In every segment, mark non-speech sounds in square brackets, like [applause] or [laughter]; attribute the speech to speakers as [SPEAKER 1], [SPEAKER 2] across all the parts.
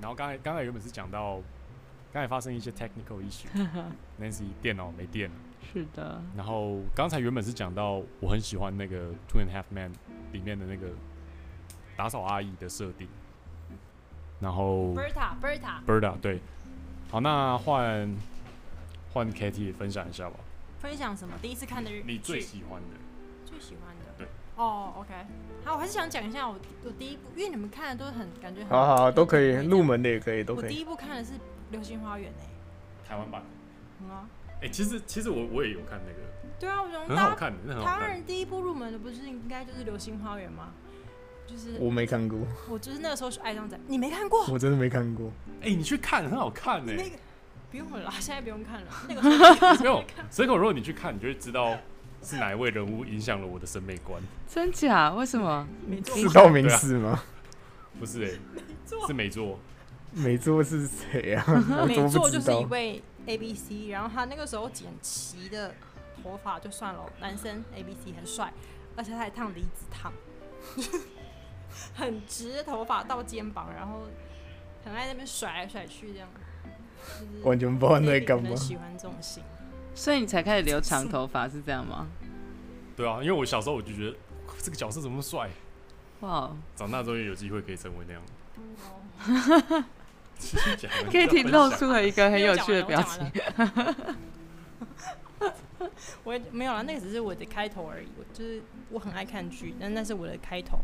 [SPEAKER 1] 然后刚才刚才原本是讲到，刚才发生一些 technical issue，Nancy 电脑没电了。
[SPEAKER 2] 是的，
[SPEAKER 1] 然后刚才原本是讲到我很喜欢那个 Two and a Half Man 里面的那个打扫阿姨的设定，然后
[SPEAKER 3] Berta Berta，
[SPEAKER 1] Berta 对，好，那换换 Katie 分享一下吧，
[SPEAKER 3] 分享什么？第一次看的日
[SPEAKER 1] 你最
[SPEAKER 3] 剧
[SPEAKER 1] 喜欢的，
[SPEAKER 3] 最喜欢的。
[SPEAKER 1] 对。
[SPEAKER 3] 哦、o k 好，我还是想讲一下我我第一部，因为你们看的都很感觉很
[SPEAKER 4] 好好好都可以，入
[SPEAKER 3] 门。
[SPEAKER 4] 门的也可以，都
[SPEAKER 3] 我
[SPEAKER 4] 可
[SPEAKER 3] 第
[SPEAKER 4] 以。
[SPEAKER 3] 一部看的是《流星花园》诶、
[SPEAKER 1] 台湾版。
[SPEAKER 3] 很啊，
[SPEAKER 1] 哎、其实其实我我也有看那个，
[SPEAKER 3] 对啊，我想
[SPEAKER 1] 很
[SPEAKER 3] 大
[SPEAKER 1] 好
[SPEAKER 3] 家
[SPEAKER 1] 看，那很好
[SPEAKER 3] 台湾
[SPEAKER 1] 看。
[SPEAKER 3] 人第一部入门的不是应该就是《流星花园》吗？就是
[SPEAKER 4] 我没看过，
[SPEAKER 3] 我就是那个时候是爱上仔，你没看过？
[SPEAKER 4] 我真的没看过。
[SPEAKER 1] 哎、你去看，很好看呢、
[SPEAKER 3] 那个不用了啦，现在不用看了。那个
[SPEAKER 1] [laughs] 没有，随口如果你去看，你就会知道是哪一位人物影响了我的审美观。
[SPEAKER 2] 真假？为什么？
[SPEAKER 3] 没做
[SPEAKER 4] 是道明寺吗？
[SPEAKER 1] 不是哎、
[SPEAKER 3] 做
[SPEAKER 1] 是美作。
[SPEAKER 4] 美作是
[SPEAKER 3] [laughs]
[SPEAKER 4] 谁啊？我
[SPEAKER 3] 美
[SPEAKER 4] 怎么
[SPEAKER 3] 作
[SPEAKER 4] 不
[SPEAKER 3] 就
[SPEAKER 4] 知
[SPEAKER 3] 是一
[SPEAKER 4] 道？
[SPEAKER 3] 位 A B C，然后他那个时候剪齐的头发就算了，男生 A B C 很帅，而且他还烫离子烫， [laughs] 很直的头发到肩膀，然后很爱那边甩来甩去这样。
[SPEAKER 4] 完全不知道
[SPEAKER 3] 就是
[SPEAKER 4] 在
[SPEAKER 3] Baby
[SPEAKER 4] 干
[SPEAKER 3] 可
[SPEAKER 4] 嘛
[SPEAKER 3] 能。喜欢这种型，
[SPEAKER 2] 所以你才开始留长头发是这样吗？
[SPEAKER 1] 对啊，因为我小时候我就觉得哇这个角色怎么那么帅，
[SPEAKER 2] 哇哦
[SPEAKER 1] 长大终于有机会可以成为那
[SPEAKER 2] [laughs]
[SPEAKER 1] 样。继续讲
[SPEAKER 2] ，Kitty 露出了一个很有趣的表情
[SPEAKER 3] 情。。 [laughs] 我也没有啦，那个只是我的开头而已。我就是我很爱看剧，但那是我的开头。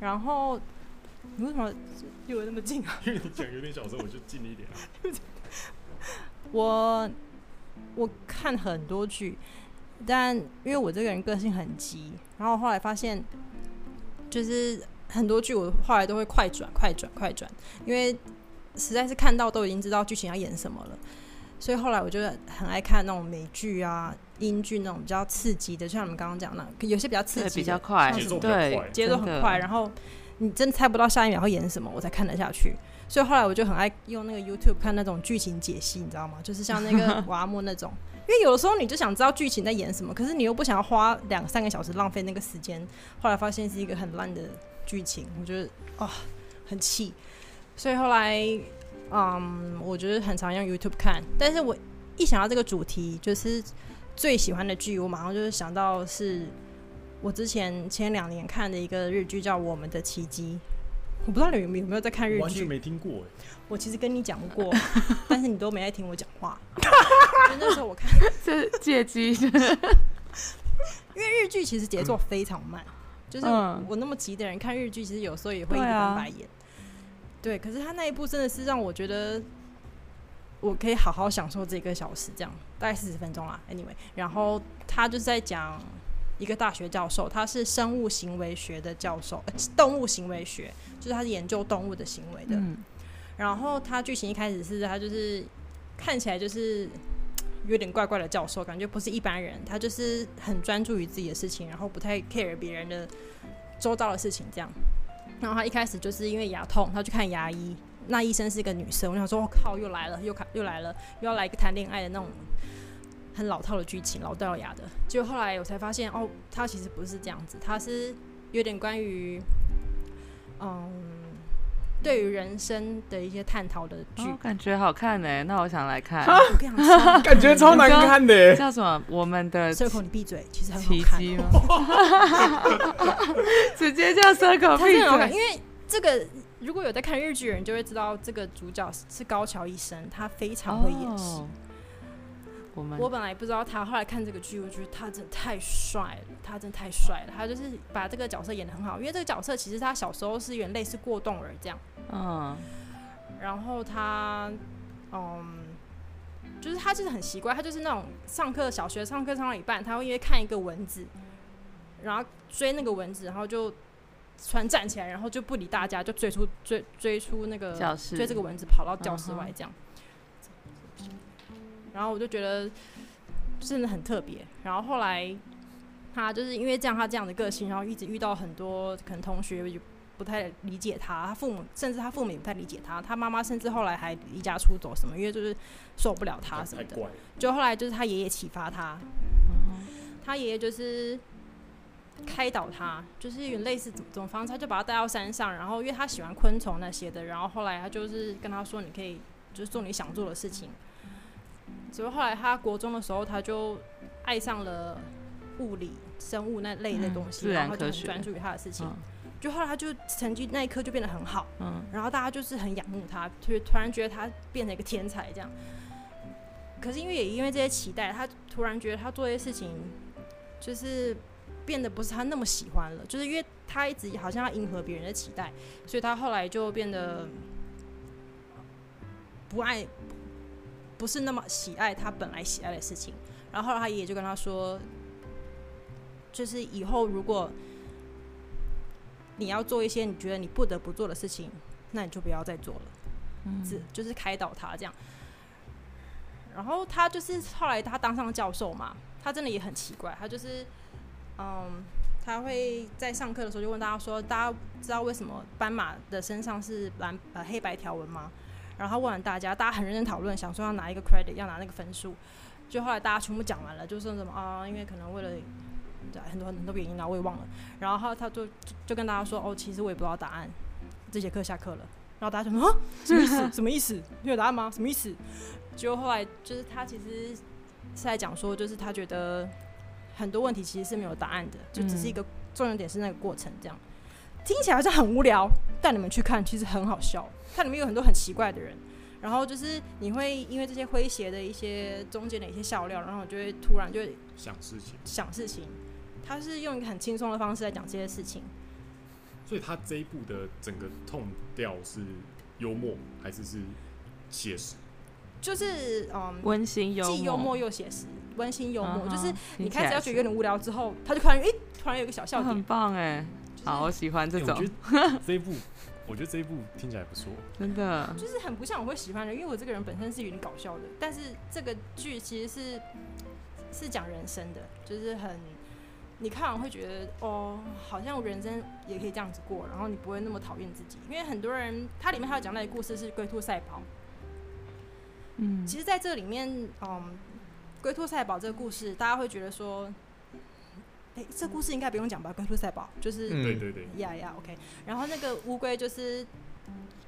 [SPEAKER 3] 然后你为什么离我那么近啊？
[SPEAKER 1] 因为你讲有点小时候我就近一点、啊。
[SPEAKER 3] 我我看很多剧，但因为我这个人个性很急，然后后来发现，就是很多剧我后来都会快转、快转、快转，因为实在是看到都已经知道剧情要演什么了，所以后来我就很爱看那种美剧啊、英剧那种比较刺激的，就像你们刚刚讲的，有些比较刺
[SPEAKER 2] 对，
[SPEAKER 3] 激
[SPEAKER 2] 比
[SPEAKER 3] 的
[SPEAKER 2] 较快，
[SPEAKER 1] 节奏比较快
[SPEAKER 2] 对，
[SPEAKER 3] 节奏
[SPEAKER 2] 真
[SPEAKER 3] 很
[SPEAKER 2] 的
[SPEAKER 3] 快，然后你真的猜不到下一秒会演什么，我才看得下去。所以后来我就很爱用那个 YouTube 看那种剧情解析，你知道吗？就是像
[SPEAKER 2] [laughs]
[SPEAKER 3] 那个瓦莫那种，因为有的时候你就想知道剧情在演什么，可是你又不想要花两三个小时浪费那个时间。后来发现是一个很烂的剧情，我觉得啊、很气。所以后来，嗯，我就是很常用 YouTube 看，但是我一想到这个主题，就是最喜欢的剧，我马上就是想到是我之前前两年看的一个日剧叫《我们的奇迹》，我不知道你们有没有在看日
[SPEAKER 1] 完全
[SPEAKER 3] 剧。
[SPEAKER 1] 没听过哎、
[SPEAKER 3] 我其实跟你讲
[SPEAKER 1] [laughs]
[SPEAKER 3] 过，但是你都没在听我讲话。就那时候我看
[SPEAKER 2] 这借机
[SPEAKER 3] 日剧，其实节奏非常慢，就是
[SPEAKER 2] 嗯
[SPEAKER 3] 我那么急的人看日剧，其实有时候也会一直
[SPEAKER 2] 对啊
[SPEAKER 3] 翻白眼。对，可是他那一部真的是让我觉得我可以好好享受这个小时，这样大概四十分钟啦。Anyway，然后他就是在讲一个大学教授，他是生物行为学的教授，呃动物行为学，就是他是研究动物的行为的。
[SPEAKER 2] 嗯，
[SPEAKER 3] 然后他剧情一开始是他就是看起来就是有点怪怪的教授，感觉不是一般人，他就是很专注于自己的事情，然后不太 care 别人的周遭的事情这样。然后他一开始就是因为牙痛，他去看牙医，那医生是一个女生，我想说，我、哦靠，又来了，又看又来了，又要来一个谈恋爱的那种很老套的剧情，老掉牙的。结果后来我才发现，哦，他其实不是这样子，他是有点关于，嗯，对于人生的一些探讨的剧。
[SPEAKER 2] 哦感觉好看呢，那我想来看，
[SPEAKER 3] 我跟你讲，
[SPEAKER 4] 感觉超难看的欸，
[SPEAKER 2] 叫什么？我们
[SPEAKER 3] [laughs]
[SPEAKER 2] 的
[SPEAKER 3] 社恐，你闭嘴，其实很好
[SPEAKER 2] 奇
[SPEAKER 3] 看、
[SPEAKER 2] 迹
[SPEAKER 3] 哦。
[SPEAKER 2] 吗？
[SPEAKER 3] [laughs]
[SPEAKER 2] 直接叫 circle
[SPEAKER 3] 他真的很好
[SPEAKER 2] 闭
[SPEAKER 3] 看，因
[SPEAKER 2] 嘴。
[SPEAKER 3] 为这个如果有在看日剧的人就会知道，这个主角是高桥医生，他非常会演戏。
[SPEAKER 2] 哦，我们
[SPEAKER 3] 我本来不知道他，后来看这个剧，我觉得他真的太帅了，他真的太帅了。他就是把这个角色演得很好，因为这个角色其实他小时候是有点类似过动儿这样，
[SPEAKER 2] 嗯，
[SPEAKER 3] 然后他嗯。就是他就是很奇怪，他就是那种上课小学上课上到一半，他会因为看一个蚊子，然后追那个蚊子，然后就突然站起来，然后就不理大家，就追出追追出那个
[SPEAKER 2] 教室
[SPEAKER 3] 追这个蚊子跑到教室外这样。然后我就觉得真的很特别。然后后来他就是因为这样，他这样的个性，然后一直遇到很多可能同学就不太理解他，他父母甚至他父母也不太理解他，他妈妈甚至后来还离家出走什么，因为就是受不了他什么
[SPEAKER 1] 太
[SPEAKER 3] 的。
[SPEAKER 1] 怪了。
[SPEAKER 2] 嗯
[SPEAKER 3] 就后来就是他爷爷启发他，他爷爷就是开导他，就是有点类似怎么怎么方式，他就把他带到山上，然后因为他喜欢昆虫那些的，然后后来他就是跟他说，你可以就是做你想做的事情。只是后来他国中的时候，他就爱上了物理、生物那类的
[SPEAKER 2] 嗯
[SPEAKER 3] 东西，
[SPEAKER 2] 自然
[SPEAKER 3] 然后他就
[SPEAKER 2] 科
[SPEAKER 3] 很
[SPEAKER 2] 学
[SPEAKER 3] 专注于他的事情。
[SPEAKER 2] 嗯
[SPEAKER 3] 就后来他就成绩那一刻就变得很好，
[SPEAKER 2] 嗯，
[SPEAKER 3] 然后大家就是很仰慕他，就突然觉得他变成一个天才这样。可是因为也因为这些期待，他突然觉得他做这些事情就是变得不是他那么喜欢了，就是因为他一直好像要迎合别人的期待，所以他后来就变得不爱，不是那么喜爱他本来喜爱的事情。然后后来他爷爷就跟他说，就是以后如果你要做一些你觉得你不得不做的事情，那你就不要再做了。
[SPEAKER 2] 嗯
[SPEAKER 3] 只就是开导他这样。然后他就是后来他当上教授嘛，他真的也很奇怪，他就是嗯，他会在上课的时候就问大家说，大家知道为什么斑马的身上是蓝呃黑白条纹吗？然后他问完大家，大家很认真讨论，想说要拿一个 credit，要拿那个分数。就后来大家全部讲完了，就说什么啊，因为可能为了对很多很多原因啦，我也忘了。然后他就就就跟大家说，哦，其实我也不知道答案，这节课下课了。然后大家就说，啊什么意思？什么意思？你有答案吗？什么意思？结果后来就是他其实是在讲说，就是他觉得很多问题其实是没有答案的，就只是一个重点点是那个过程这样。听起来好像很无聊，但你们去看其实很好笑，它里面有很多很奇怪的人。然后就是你会因为这些诙谐的一些中间的一些笑料，然后你就会突然就会
[SPEAKER 1] 想事情，
[SPEAKER 3] 想事情。他是用一个很轻松的方式来讲这些事情，
[SPEAKER 1] 所以他这一部的整个痛调是幽默还是是写实？
[SPEAKER 3] 就是嗯，
[SPEAKER 2] 温馨幽默，
[SPEAKER 3] 既幽默又写实，温馨幽默。
[SPEAKER 2] 嗯哼
[SPEAKER 3] 就是你
[SPEAKER 2] 听起来
[SPEAKER 3] 开始要觉得有
[SPEAKER 2] 是
[SPEAKER 3] 点无聊之后，他就突然诶，突然有一个小笑
[SPEAKER 2] 很
[SPEAKER 3] 点。
[SPEAKER 2] 棒哎，
[SPEAKER 3] 就是
[SPEAKER 2] 好，我喜欢这
[SPEAKER 1] 欸
[SPEAKER 2] 种
[SPEAKER 1] 我，觉得这一部，我觉得这一部听起来不错。
[SPEAKER 2] 真的，
[SPEAKER 3] 就是很不像我会喜欢的，因为我这个人本身是有点搞笑的，但是这个剧其实是是讲人生的，就是很你看完会觉得哦，好像我人生也可以这样子过，然后你不会那么讨厌自己，因为很多人它里面还有讲到一个故事是龟兔赛跑，
[SPEAKER 2] 嗯，
[SPEAKER 3] 其实在这里面，嗯，龟兔赛跑这个故事，大家会觉得说，诶，这故事应该不用讲吧？龟兔赛跑就是
[SPEAKER 4] 嗯
[SPEAKER 1] 对对对，
[SPEAKER 3] 呀呀，OK。然后那个乌龟就是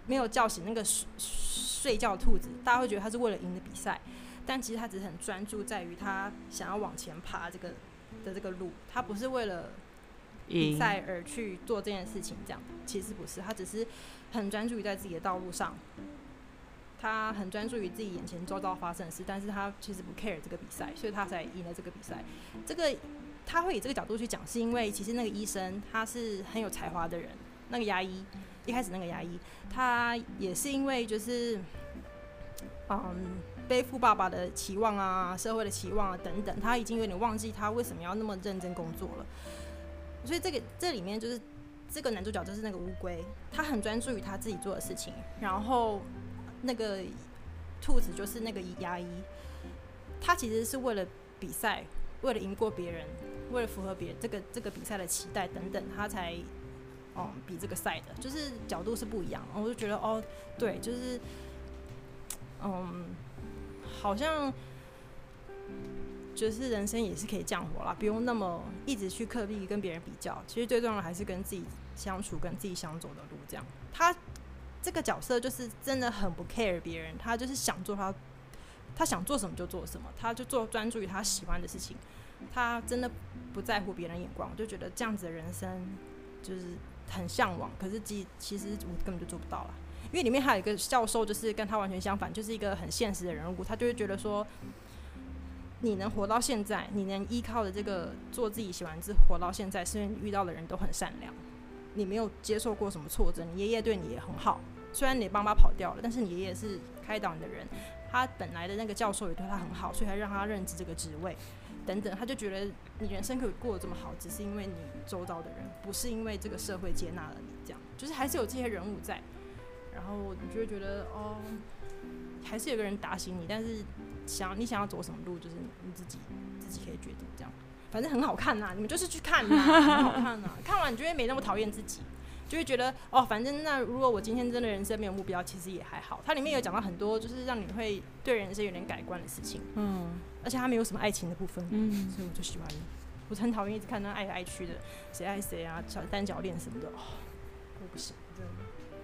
[SPEAKER 3] 没有叫醒那个睡睡觉的兔子，大家会觉得它是为了赢的比赛，但其实它只是很专注在于它想要往前爬这个的这个路，它不是为了比
[SPEAKER 2] 赢，
[SPEAKER 3] 赛而去做这件事情，这样其实不是，他只是很专注于在自己的道路上，他很专注于自己眼前周遭发生的事，但是他其实不 care 这个比赛，所以他才赢了这个比赛。这个他会以这个角度去讲，是因为其实那个医生他是很有才华的人，那个牙医一开始那个牙医，他也是因为就是嗯背负爸爸的期望啊，社会的期望啊等等，他已经有点忘记他为什么要那么认真工作了。所以这个这里面就是这个男主角就是那个乌龟，他很专注于他自己做的事情，然后那个兔子就是那个牙医，他其实是为了比赛，为了赢过别人，为了符合别人这个这个比赛的期待等等，他才哦比这个赛的，就是角度是不一样。我就觉得哦，对，就是嗯，好像就是人生也是可以这样活啦，不用那么一直去刻意跟别人比较。其实最重要的还是跟自己相处，跟自己想走的路这样。他这个角色就是真的很不 care 别人，他就是想做他他想做什么就做什么，他就做专注于他喜欢的事情，他真的不在乎别人眼光。我就觉得这样子的人生就是很向往，可是其其实我根本就做不到啦。因为里面还有一个教授，就是跟他完全相反，就是一个很现实的人物，他就会觉得说，你能活到现在，你能依靠的这个做自己喜欢之活到现在，是因为你遇到的人都很善良，你没有接受过什么挫折，你爷爷对你也很好，虽然你爸妈跑掉了，但是你爷爷是开导你的人，他本来的那个教授也对他很好，所以才让他任职这个职位，等等，他就觉得你人生可以过得这么好，只是因为你周遭的人，不是因为这个社会接纳了你，这样就是还是有这些人物在，然后你就会觉得哦，还是有个人打醒你，但是想你想要走什么路，就是你自己自己可以决定这样。反正很好看呐、你们就是去看呐、很好看呐、看完你就会没那么讨厌自己，就会觉得哦，反正那如果我今天真的人生没有目标，其实也还好。它里面有讲到很多就是让你会对人生有点改观的事情，
[SPEAKER 2] 嗯
[SPEAKER 3] 而且它没有什么爱情的部分，
[SPEAKER 2] 嗯，
[SPEAKER 3] 所以我就喜欢我很讨厌一直看那爱来爱去的，谁爱谁啊，小三角恋什么的，哦，我不行，真的。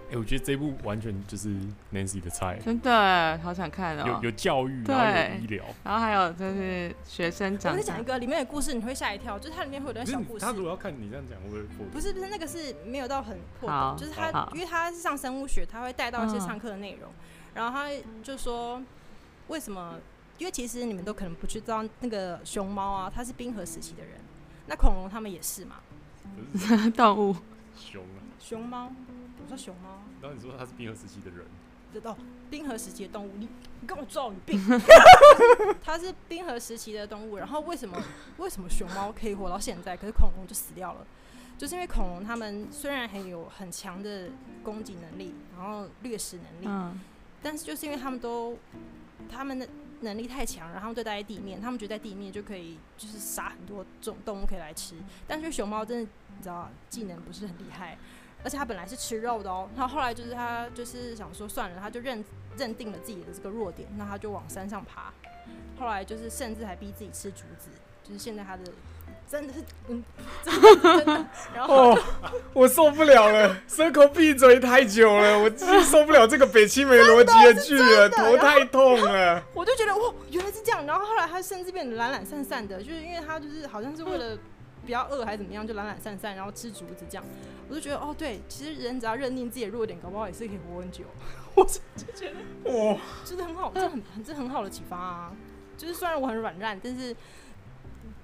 [SPEAKER 1] 哎、我觉得这部完全就是 Nancy 的菜，
[SPEAKER 2] 真的好想看哦
[SPEAKER 1] 有。有教育，
[SPEAKER 2] 对
[SPEAKER 1] 然后有医疗。
[SPEAKER 2] 然后还有就是学生
[SPEAKER 3] 我
[SPEAKER 2] 长
[SPEAKER 3] 再
[SPEAKER 2] 大
[SPEAKER 3] 讲一，个里面的故事，你会吓一跳，就是它里面会有段
[SPEAKER 1] 可是
[SPEAKER 3] 小
[SPEAKER 1] 你
[SPEAKER 3] 故事
[SPEAKER 1] 他。如果要看你这样讲，会不会破
[SPEAKER 3] 不是不是，那个是没有到很破
[SPEAKER 2] 好
[SPEAKER 3] 梗，就是他
[SPEAKER 2] 好，
[SPEAKER 3] 因为他是上生物学，他会带到一些
[SPEAKER 2] 嗯
[SPEAKER 3] 上课的内容，然后他就说为什么？因为其实你们都可能不知道，那个熊猫啊，它是冰河时期的人，那恐龙他们也是嘛，
[SPEAKER 1] 可是
[SPEAKER 2] 动物
[SPEAKER 1] 熊啊？
[SPEAKER 3] 熊猫，我说熊猫，
[SPEAKER 1] 然后你说他是冰河时期的人，
[SPEAKER 3] 知道哦冰河时期的动物，你你跟我造你病，它是冰河时期的动物。然后为什么为什么熊猫可以活到现在，可是恐龙就死掉了？就是因为恐龙它们虽然很有很强的攻击能力，然后掠食能力，
[SPEAKER 2] 嗯，
[SPEAKER 3] 但是就是因为它们都它们的能力太强，然后它们对待地面，它们觉得在地面就可以就是杀很多种动物可以来吃。但是熊猫真的你知道啊技能不是很厉害，而且它本来是吃肉的哦，然后后来就是它就是想说算了，它就认认定了自己的这个弱点，那它就往山上爬。后来就是甚至还逼自己吃竹子，就是现在它的真的是嗯真的真的，然后
[SPEAKER 4] 哦，我受不了了，牲口闭嘴太久了，我真受不了这个北青没逻辑的剧
[SPEAKER 3] 真的
[SPEAKER 4] 了，头太痛了。
[SPEAKER 3] 我就觉得哇，原来是这样。然后后来他甚至变得懒懒散散的，就是因为他就是好像是为了比较饿还是怎么样，就懒懒散散，然后吃竹子这样。我就觉得哦，对，其实人只要认定自己的弱点，搞不好也是可以活很久。我就就觉得
[SPEAKER 4] 哇，
[SPEAKER 3] 就是很好，这很很这很好的启发啊。就是虽然我很软烂，但是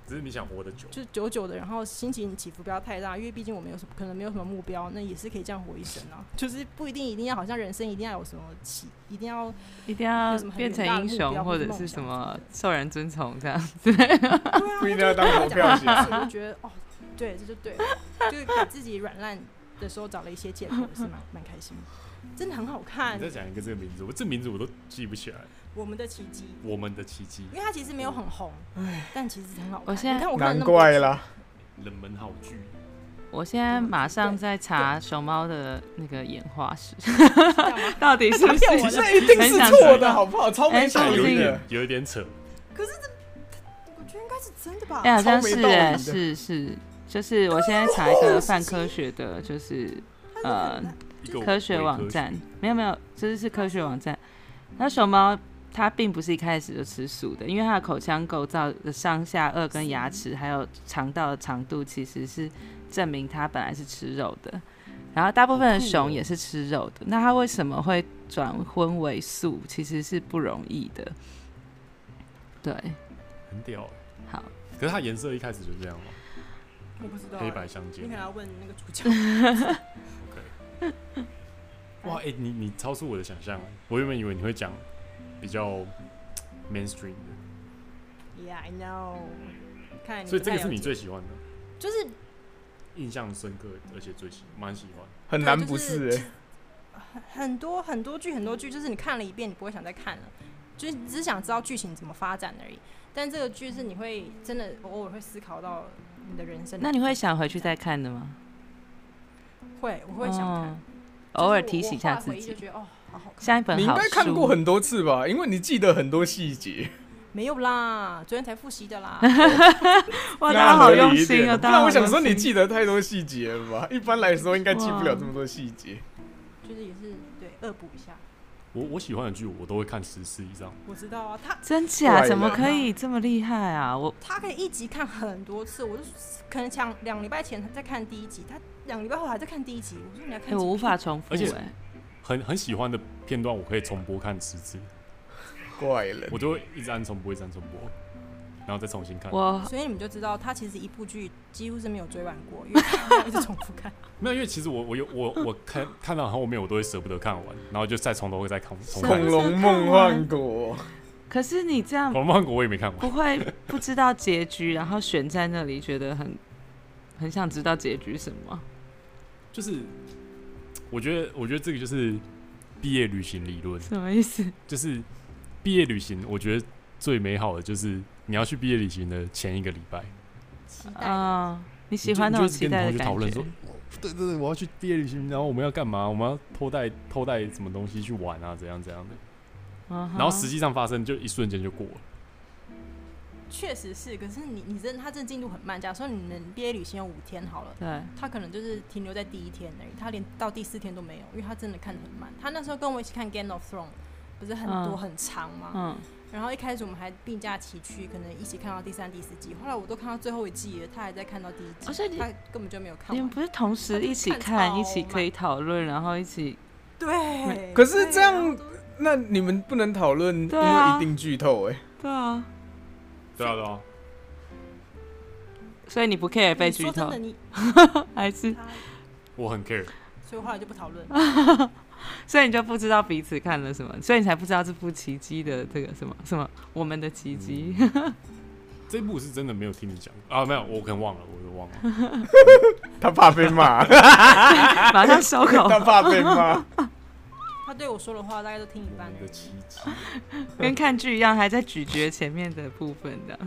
[SPEAKER 1] 只是你想活得久。
[SPEAKER 3] 就是久久的，然后心情起伏不要太大，因为毕竟我没有什么可能没有什么目标，那也是可以这样活一生啊。就是不一定一定要好像人生一定要有什么起，一定要
[SPEAKER 2] 一定要
[SPEAKER 3] 有什么很
[SPEAKER 2] 变成
[SPEAKER 3] 远大的
[SPEAKER 2] 英
[SPEAKER 3] 目标
[SPEAKER 2] 雄
[SPEAKER 3] 或
[SPEAKER 2] 或
[SPEAKER 3] 是
[SPEAKER 2] 者
[SPEAKER 3] 梦
[SPEAKER 2] 是
[SPEAKER 3] 想
[SPEAKER 2] 什
[SPEAKER 3] 之
[SPEAKER 2] 么
[SPEAKER 3] 类的
[SPEAKER 2] 受人尊崇这样。
[SPEAKER 3] [laughs] 对啊，
[SPEAKER 4] 不一定要当投票
[SPEAKER 3] 型。
[SPEAKER 4] 型。
[SPEAKER 3] 我觉得哦，对，这就对了，就是给自己软烂的时候找了一些借口，也是蛮蛮开心的，真的很好看
[SPEAKER 1] 你。再讲一个这个名字，我这名字我都记不起来。
[SPEAKER 3] 我们的奇迹，
[SPEAKER 1] 我们的奇迹
[SPEAKER 3] 因，为它其实没有很红，但其实很好看。
[SPEAKER 2] 我现在
[SPEAKER 3] 你看我看了那
[SPEAKER 4] 难
[SPEAKER 3] 么多
[SPEAKER 4] 怪
[SPEAKER 3] 集，
[SPEAKER 4] 啦，
[SPEAKER 1] 冷门好剧，
[SPEAKER 2] 我现在马上在查熊猫的那个演化史，
[SPEAKER 3] 是这样吗
[SPEAKER 2] [laughs] 到底是不
[SPEAKER 3] 骗我
[SPEAKER 2] 是
[SPEAKER 3] 的？
[SPEAKER 4] 这一定是错的好不好？超没
[SPEAKER 2] 哎
[SPEAKER 4] 道
[SPEAKER 2] 这
[SPEAKER 1] 有一
[SPEAKER 4] 理
[SPEAKER 1] 点
[SPEAKER 4] 的。
[SPEAKER 1] 有一点扯。
[SPEAKER 3] 我觉得应该是真的吧。
[SPEAKER 2] 哎，好像
[SPEAKER 4] 超没
[SPEAKER 2] 是
[SPEAKER 4] 道理
[SPEAKER 2] 哎，
[SPEAKER 4] 的
[SPEAKER 2] 是是，就是我现在查一个泛科学的，就是呃
[SPEAKER 1] 一个
[SPEAKER 2] 科学网站，没有没有，这是科学网站。那熊猫它并不是一开始就吃素的，因为它的口腔构造的上下颚跟牙齿还有肠道的长度，其实是证明它本来是吃肉的。然后大部分的
[SPEAKER 1] 好酷
[SPEAKER 2] 熊
[SPEAKER 1] 哦
[SPEAKER 2] 也是吃肉的，那它为什么会转荤为素，其实是不容易的。对，
[SPEAKER 1] 很屌。
[SPEAKER 2] 好，
[SPEAKER 1] 可是它颜色一开始就这样嘛，
[SPEAKER 3] 我不知道，欸
[SPEAKER 1] 黑白相间
[SPEAKER 3] 你可。能要问那个主角。
[SPEAKER 1] OK。哇，哎、你你超出我的想象了。我原本以为你会讲比较 mainstream 的，
[SPEAKER 3] Yeah, I know。看哎来你
[SPEAKER 1] 所以
[SPEAKER 3] 不
[SPEAKER 1] 这
[SPEAKER 3] 太
[SPEAKER 1] 个是
[SPEAKER 3] 了
[SPEAKER 1] 你
[SPEAKER 3] 解
[SPEAKER 1] 最喜欢的，
[SPEAKER 3] 就是
[SPEAKER 1] 印象深刻，而且最喜蛮喜欢。
[SPEAKER 4] 很难不是、欸，
[SPEAKER 3] 很多很多剧，很多剧就是你看了一遍，你不会想再看了，就是只想知道剧情怎么发展而已。但这个剧是你会真的偶尔会思考到你的人生。
[SPEAKER 2] 那你会想回去再看的吗？
[SPEAKER 3] 会，我会想看，
[SPEAKER 2] 哦
[SPEAKER 3] 就是
[SPEAKER 2] 偶尔
[SPEAKER 3] 我
[SPEAKER 2] 提起一下
[SPEAKER 3] 我后
[SPEAKER 2] 自
[SPEAKER 3] 来回忆就
[SPEAKER 2] 己。
[SPEAKER 3] 觉得哦，好好看。
[SPEAKER 2] 像一本
[SPEAKER 4] 你应
[SPEAKER 2] 好
[SPEAKER 4] 该看
[SPEAKER 2] 书
[SPEAKER 4] 过很多次吧？因为你记得很多细节。
[SPEAKER 3] 没有啦，昨天才复习的
[SPEAKER 2] [laughs]
[SPEAKER 3] 啦。
[SPEAKER 2] 哇，大
[SPEAKER 4] 那
[SPEAKER 2] 家好
[SPEAKER 4] 合理
[SPEAKER 2] 用
[SPEAKER 4] 一
[SPEAKER 2] 心
[SPEAKER 4] 点
[SPEAKER 2] 哦！
[SPEAKER 4] 不
[SPEAKER 2] 大家
[SPEAKER 4] 然
[SPEAKER 2] 好
[SPEAKER 4] 我想
[SPEAKER 2] 用
[SPEAKER 4] 说，你
[SPEAKER 2] 心
[SPEAKER 4] 记得太多细节了吧？ [laughs] 一般来说应该记不了这么多细节。
[SPEAKER 3] 就是也是对恶补一下。
[SPEAKER 1] 我我喜欢的剧，我都会看十次以上。
[SPEAKER 3] 我知道啊，他
[SPEAKER 2] 真假？
[SPEAKER 4] 怪
[SPEAKER 2] 怎么
[SPEAKER 4] 了
[SPEAKER 2] 可以这么厉害啊？我
[SPEAKER 3] 他可以一集看很多次，我就可能想两礼拜前在看第一集，他两礼拜后还在看第一集。我说你要看
[SPEAKER 2] 哎、
[SPEAKER 3] 几遍，
[SPEAKER 2] 我无法重复
[SPEAKER 1] 而且
[SPEAKER 2] 哎、
[SPEAKER 1] 很很喜欢的片段，我可以重播看十次，
[SPEAKER 4] 怪人
[SPEAKER 1] 我，就会一直按重播，一直按重播，然后再重新看。
[SPEAKER 2] 我
[SPEAKER 3] 所以你们就知道他其实一部剧几乎是没有追完过，因为他一直重复看。
[SPEAKER 1] 没有，因为其实我我有我我看看到后面，我都会舍不得看完，然后就再从头再看重看
[SPEAKER 4] 恐
[SPEAKER 1] 一次。
[SPEAKER 4] 龙梦幻国，
[SPEAKER 2] 可是你这样
[SPEAKER 1] 恐龙王国我也没看完，
[SPEAKER 2] 不会不知道结局，然后悬在那里，觉得很很想知道结局什么？
[SPEAKER 1] 就是我觉得我觉得这个就是毕业旅行理论，
[SPEAKER 2] 什么意思？
[SPEAKER 1] 就是毕业旅行，我觉得最美好的就是你要去毕业旅行的前一个礼拜，
[SPEAKER 3] 期待的
[SPEAKER 2] 啊、你喜
[SPEAKER 1] 你就
[SPEAKER 2] 欢那
[SPEAKER 1] 你
[SPEAKER 2] 种
[SPEAKER 1] 就一直
[SPEAKER 2] 期
[SPEAKER 1] 跟同
[SPEAKER 2] 待的
[SPEAKER 1] 学讨
[SPEAKER 2] 感
[SPEAKER 1] 论
[SPEAKER 2] 觉
[SPEAKER 1] 说？，对对对，我要去毕业旅行，然后我们要干嘛？我们要偷带偷带什么东西去玩啊？怎样怎样的？
[SPEAKER 2] 然
[SPEAKER 1] 然后实际上发生就一瞬间就过了，
[SPEAKER 3] 确实是，可是你你真的他真的进度很慢。假如说你们毕业旅行有五天好了，
[SPEAKER 2] 对，
[SPEAKER 3] 他可能就是停留在第一天而已，他连到第四天都没有，因为他真的看得很慢。他那时候跟我一起看《Game of Thrones》，不是很多
[SPEAKER 2] 嗯
[SPEAKER 3] 很长吗？
[SPEAKER 2] 嗯，
[SPEAKER 3] 然后一开始我们还并驾齐驱，可能一起看到第三、第四季，后来我都看到最后一季了，他还在看到第一季，
[SPEAKER 2] 而哦且你
[SPEAKER 3] 他根本就没有看
[SPEAKER 2] 你们
[SPEAKER 3] 完。
[SPEAKER 2] 不是同时一起
[SPEAKER 3] 看
[SPEAKER 2] 看，
[SPEAKER 3] 超
[SPEAKER 2] 一起可以
[SPEAKER 3] 慢
[SPEAKER 2] 讨论，然后一起
[SPEAKER 3] 对，
[SPEAKER 4] 可是这
[SPEAKER 3] 对
[SPEAKER 4] 样
[SPEAKER 3] 然后都
[SPEAKER 4] 那你们不能讨论，因
[SPEAKER 2] 对啊
[SPEAKER 4] 为一定剧透哎、
[SPEAKER 2] 对啊，
[SPEAKER 1] 对啊对啊，
[SPEAKER 2] 所以你不 care 被
[SPEAKER 3] 你
[SPEAKER 2] 剧
[SPEAKER 3] 说真
[SPEAKER 2] 透
[SPEAKER 3] 的，你，
[SPEAKER 2] [laughs] 还是
[SPEAKER 3] 他
[SPEAKER 1] 我很 care。
[SPEAKER 3] 所以后来就不讨论。
[SPEAKER 2] 所以你就不知道彼此看了什么，所以你才不知道这部奇迹的这个什么什么我们的奇迹，
[SPEAKER 1] 嗯这一部是真的没有听你讲啊，没有，我可能忘了，我都忘
[SPEAKER 2] [laughs]
[SPEAKER 1] 了。
[SPEAKER 4] [laughs] 他怕被骂，
[SPEAKER 2] [laughs] 马上收口，
[SPEAKER 4] [laughs] 他怕被骂。
[SPEAKER 3] 他对我说的话大概都听一
[SPEAKER 1] 我
[SPEAKER 3] 半
[SPEAKER 1] 们
[SPEAKER 3] 而
[SPEAKER 1] 的
[SPEAKER 3] 已。
[SPEAKER 1] 奇迹，
[SPEAKER 2] 跟看剧一样，还在咀嚼前面的部分的，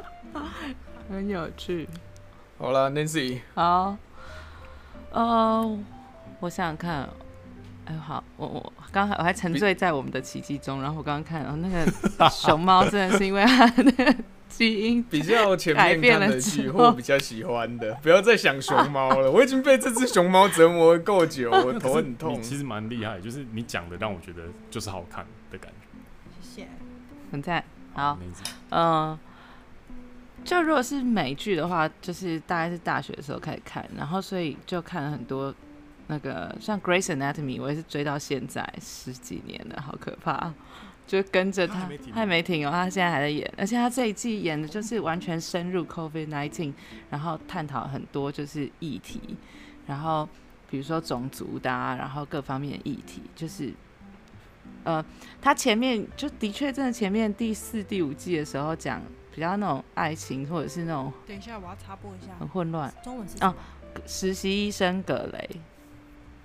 [SPEAKER 2] [laughs] 很有趣。
[SPEAKER 4] 好了，Nancy，
[SPEAKER 2] 好，呃，我想想看，哎，好，我我刚才我还沉醉在我们的奇迹中，然后我刚刚看，哦，那个熊猫真的是因为它的基因，
[SPEAKER 4] 比较前
[SPEAKER 2] 改
[SPEAKER 4] 面
[SPEAKER 2] 变
[SPEAKER 4] 看
[SPEAKER 2] 了
[SPEAKER 4] 的
[SPEAKER 2] 之
[SPEAKER 4] 剧，
[SPEAKER 2] 后
[SPEAKER 4] 或比较喜欢的，不要再想熊猫了。我已经被这只熊猫折磨够久，我头
[SPEAKER 2] [laughs]
[SPEAKER 4] 很痛
[SPEAKER 1] 你。其实蛮厉害，就是你讲的让我觉得就是好看的感觉。
[SPEAKER 3] 谢谢。
[SPEAKER 2] 很赞。好，
[SPEAKER 1] 那一集
[SPEAKER 2] 嗯，就如果是美剧的话，就是大概是大学的时候开始看，然后所以就看了很多那个像《Grey's Anatomy》，我也是追到现在十几年了，好可怕！就跟着
[SPEAKER 1] 它还
[SPEAKER 2] 他
[SPEAKER 1] 没停吗，
[SPEAKER 2] 还没停哦，他现在还在演，而且他这一季演的就是完全深入 COVID nineteen，然后探讨很多就是议题，然后比如说种族的、啊，然后各方面的议题，就是呃，他前面就的确真的前面第四、第五季的时候讲比较那种爱情或者是那种
[SPEAKER 3] 等一下，我要插播一下
[SPEAKER 2] 很，混乱，
[SPEAKER 3] 中文是
[SPEAKER 2] 什么实习医生葛雷，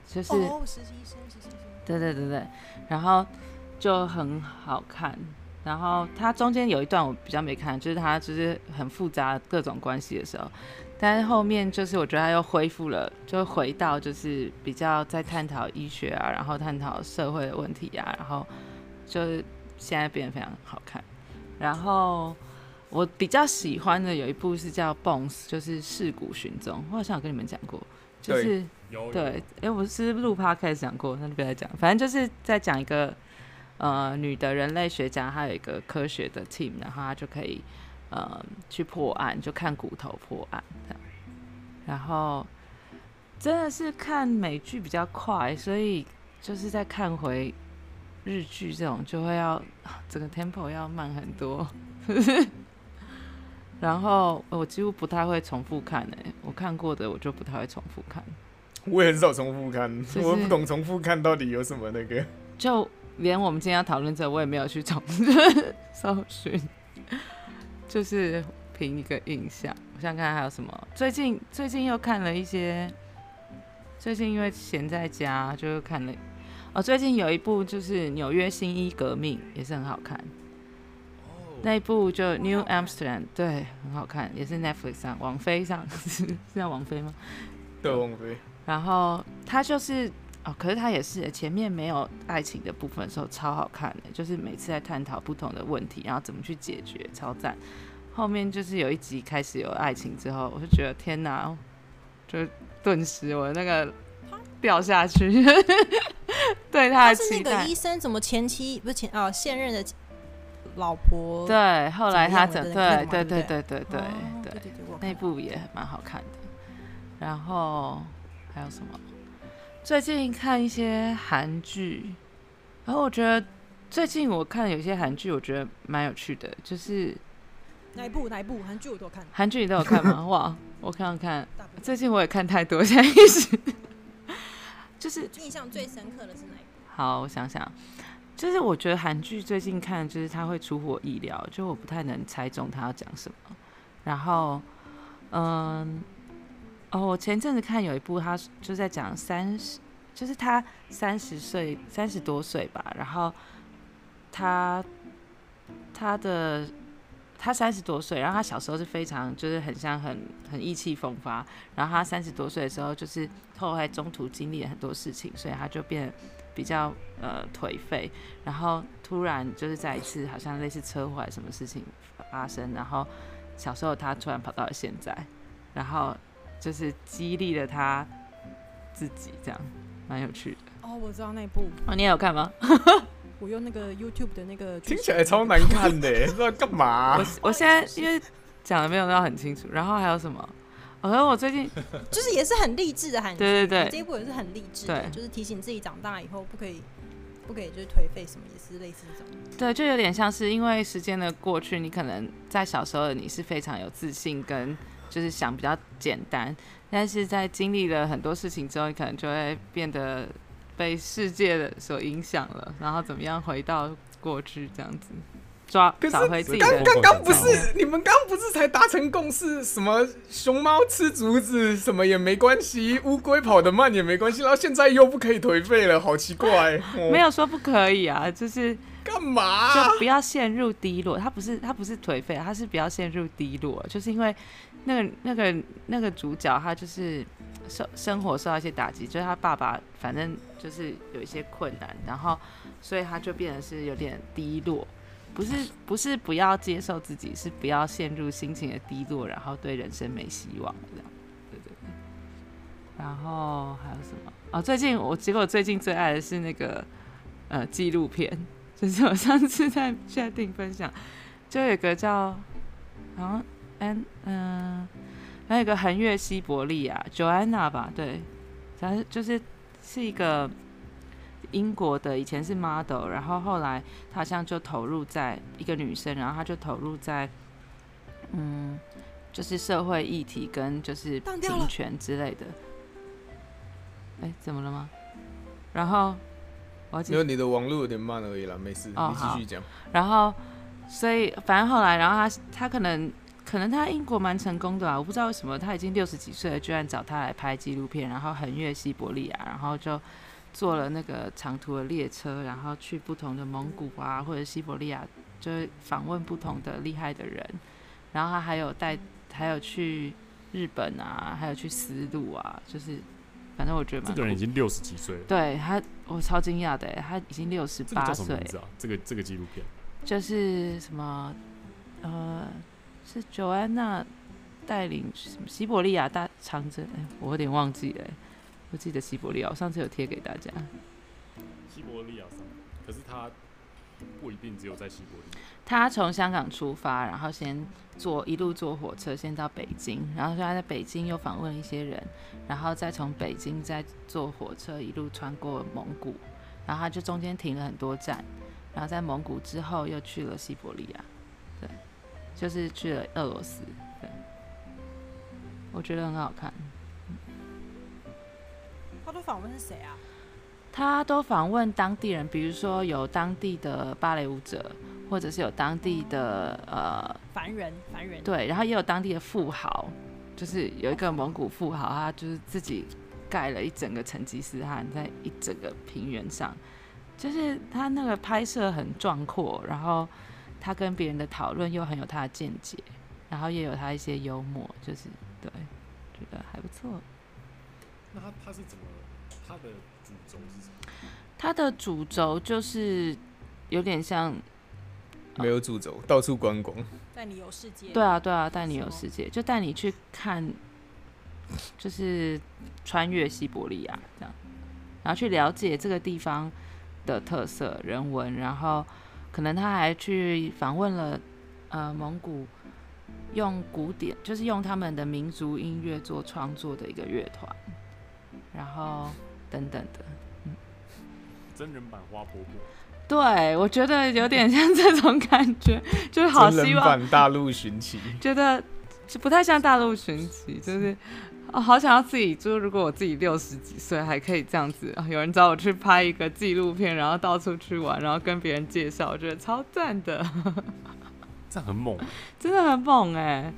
[SPEAKER 2] 就是、
[SPEAKER 3] 哦，实习生，实习生。
[SPEAKER 2] 对对对对，然后就很好看。然后它中间有一段我比较没看，就是它就是很复杂各种关系的时候，但是后面就是我觉得它又恢复了，就回到就是比较在探讨医学啊，然后探讨社会的问题啊，然后就是现在变得非常好看。然后我比较喜欢的有一部是叫《Bones》，就是《尸骨寻踪》，我好像有跟你们讲过，就
[SPEAKER 4] 对
[SPEAKER 2] 是
[SPEAKER 1] 有
[SPEAKER 2] 对，哎、我是不是录 podcast 讲过，那就不要再讲。反正就是在讲一个呃女的人类学家，她有一个科学的 team，然后她就可以呃去破案，就看骨头破案这样。然后真的是看美剧比较快，所以就是在看回日剧这种，就会要整个 tempo 要慢很多。 [laughs] 然后呃我几乎不太会重复看诶、我看过的我就不太会重复看。
[SPEAKER 4] 我也很少重复看，
[SPEAKER 2] 是
[SPEAKER 4] 我不懂重复看到底有什么那个。
[SPEAKER 2] 就连我们今天要讨论这个，我也没有去重 [laughs] 搜寻，就是凭一个印象。我想看还有什么？最近最近又看了一些，最近因为闲在家，就又看了。哦，最近有一部就是《纽约新一革命》，也是很好看。那一部就《New
[SPEAKER 3] 哦好看
[SPEAKER 2] Amsterdam》，对，很好看，也是 Netflix 上网飞上， [laughs] 是是叫网飞吗？
[SPEAKER 4] 对，王菲，
[SPEAKER 2] 然后他就是哦，可是他也是前面没有爱情的部分的时候超好看的，就是每次在探讨不同的问题，然后怎么去解决，超赞。后面就是有一集开始有爱情之后，我就觉得天哪，就顿时我那个掉下去， [laughs] 对他
[SPEAKER 3] 他
[SPEAKER 2] 的
[SPEAKER 3] 是那
[SPEAKER 2] 期
[SPEAKER 3] 个
[SPEAKER 2] 待
[SPEAKER 3] 医。生，怎么前妻不是前啊现任的老婆？
[SPEAKER 2] 对，后来他
[SPEAKER 3] 怎
[SPEAKER 2] 怎
[SPEAKER 3] 么
[SPEAKER 2] 对
[SPEAKER 3] 样
[SPEAKER 2] 对
[SPEAKER 3] 的那
[SPEAKER 2] 对对
[SPEAKER 3] 个
[SPEAKER 2] 对对
[SPEAKER 3] 哦
[SPEAKER 2] 对
[SPEAKER 3] 对，对，我
[SPEAKER 2] 那
[SPEAKER 3] 看
[SPEAKER 2] 部也蛮好看的。然后还有什么？最近看一些韩剧，然后我觉得最近我看有些韩剧，我觉得蛮有趣的。就是
[SPEAKER 3] 哪一部哪一部韩剧我都看，
[SPEAKER 2] 韩剧你都有看吗？哇，我看看看，
[SPEAKER 3] 大部分。
[SPEAKER 2] 最近我也看太多，现在一时 [laughs] 就是
[SPEAKER 3] 印象最深刻的是哪一部？
[SPEAKER 2] 好，我想想，就是我觉得韩剧最近看，就是它会出乎我意料，就我不太能猜中它要讲什么。然后，嗯，哦，我前阵子看有一部，它是就在讲三十，就是他三十岁，三十多岁吧，然后他他的。他三十多岁，然后他小时候是非常就是很像很很意气风发，然后他三十多岁的时候，就是后来中途经历了很多事情，所以他就变得比较呃颓废，然后突然就是在一次好像类似车祸还是什么事情发生，然后小时候他突然跑到了现在，然后就是激励了他自己，这样蛮有趣的。
[SPEAKER 3] 哦，我知道那一部，
[SPEAKER 2] 哦，你也有看吗？
[SPEAKER 3] 我用那个 YouTube 的那个剧
[SPEAKER 4] 听
[SPEAKER 3] 情，
[SPEAKER 4] 起来超难
[SPEAKER 3] [laughs]
[SPEAKER 4] 看的，欸不知道干嘛啊
[SPEAKER 2] 我。我现在因为讲的没有到很清楚，然后还有什么？哦，然后我最近
[SPEAKER 3] 就是也是很励志的韩剧。
[SPEAKER 2] 对对对
[SPEAKER 3] 这一部也是很励志的，
[SPEAKER 2] 对
[SPEAKER 3] 就是提醒自己长大以后不可以，不可以就是颓废什么，也是类似这种。
[SPEAKER 2] 对，就有点像是因为时间的过去，你可能在小时候的你是非常有自信，跟就是想比较简单，但是在经历了很多事情之后，你可能就会变得被世界的所影响了，然后怎么样回到过去这样子，抓
[SPEAKER 4] 可是
[SPEAKER 2] 找回自己
[SPEAKER 1] 刚
[SPEAKER 2] 的。
[SPEAKER 4] 刚刚不是你们刚不是才达成共识？什么熊猫吃竹子什么也没关系，乌龟跑得慢也没关系，然后现在又不可以颓废了，好奇怪。哦
[SPEAKER 2] 没有说不可以啊，就是
[SPEAKER 4] 干嘛？
[SPEAKER 2] 就不要陷入低落。他不是他不是颓废，他是不要陷入低落，就是因为那个那个那个主角他就是受生活受到一些打击，就是他爸爸反正就是有一些困难，然后所以他就变得是有点低落。不是不是不要接受自己，是不要陷入心情的低落，然后对人生没希望这样。对对对。然后还有什么？哦，最近我结果最近最爱的是那个呃纪录片， [laughs] 就是我上次在确定分享，就有一个叫好像安嗯，还有一个横越西伯利亚 Joanna 吧，对，反正就是是一个英国的，以前是 model，然后后来她好像就投入在一个女生，然后她就投入在嗯，就是社会议题跟就是
[SPEAKER 3] 当掉了
[SPEAKER 2] 平权之类的。哎，怎么了吗？然后我要继
[SPEAKER 4] 没
[SPEAKER 2] 续
[SPEAKER 4] 有，你的网络有点慢而已啦，没事，
[SPEAKER 2] 哦
[SPEAKER 4] 你继续讲。
[SPEAKER 2] 然后，所以反正后来，然后他他可能可能他英国蛮成功的啊，我不知道为什么他已经六十几岁了，居然找他来拍纪录片，然后横越西伯利亚，然后就坐了那个长途的列车，然后去不同的蒙古啊或者西伯利亚，就是访问不同的厉害的人，然后他还有带还有去日本啊，还有去丝路啊，就是反正我觉得
[SPEAKER 1] 这
[SPEAKER 2] 蛮
[SPEAKER 1] 个人已
[SPEAKER 2] 酷。
[SPEAKER 1] 经六十几岁了，
[SPEAKER 2] 对他，我超惊讶的耶，欸他已经六十
[SPEAKER 1] 这个
[SPEAKER 2] 八
[SPEAKER 1] 叫什么
[SPEAKER 2] 岁
[SPEAKER 1] 名，字啊？这个这个纪录片
[SPEAKER 2] 就是什么，呃，是九安娜带领什么西伯利亚大长征，哎，我有点忘记了、哎我记得西伯利亚，我上次有贴给大家。
[SPEAKER 1] 西伯利亚山，可是他不一定只有在西伯利亚，
[SPEAKER 2] 他从香港出发，然后先坐一路坐火车先到北京，然后所以他在北京又访问了一些人，然后再从北京再坐火车一路穿过蒙古，然后他就中间停了很多站，然后在蒙古之后又去了西伯利亚，对，就是去了俄罗斯，对，我觉得很好看。
[SPEAKER 3] 他的访问是谁啊？
[SPEAKER 2] 他都访问当地人，比如说有当地的芭蕾舞者，或者是有当地的呃
[SPEAKER 3] 凡人，凡人。
[SPEAKER 2] 对，然后也有当地的富豪，就是有一个蒙古富豪，他就是自己盖了一整个成吉思汗在一整个平原上，就是他那个拍摄很壮阔，然后他跟别人的讨论又很有他的见解，然后也有他一些幽默，就是对，觉得还不错。
[SPEAKER 1] 那他他是怎么他的主轴是什么？
[SPEAKER 2] 他的主轴就是有点像
[SPEAKER 4] 没有主轴，到处观光。
[SPEAKER 3] 在你游世界。
[SPEAKER 2] 对啊，对啊，带你游
[SPEAKER 3] 什么
[SPEAKER 2] 世界，就带你去看，就是穿越西伯利亚这样，然后去了解这个地方的特色、人文，然后可能他还去访问了呃蒙古，用古典，就是用他们的民族音乐做创作的一个乐团，然后等等的。
[SPEAKER 1] 真人版花婆婆，
[SPEAKER 2] 对，我觉得有点像这种感觉，就是好
[SPEAKER 4] 真
[SPEAKER 2] 希
[SPEAKER 4] 人
[SPEAKER 2] 望
[SPEAKER 4] 版大陆寻奇，
[SPEAKER 2] 觉得就不太像大陆寻奇，就是哦，好想要自己，就是如果我自己六十几岁还可以这样子、哦，有人找我去拍一个纪录片，然后到处去玩，然后跟别人介绍，我觉得超赞的，
[SPEAKER 1] 这样很猛欸，
[SPEAKER 2] 真的很猛哎、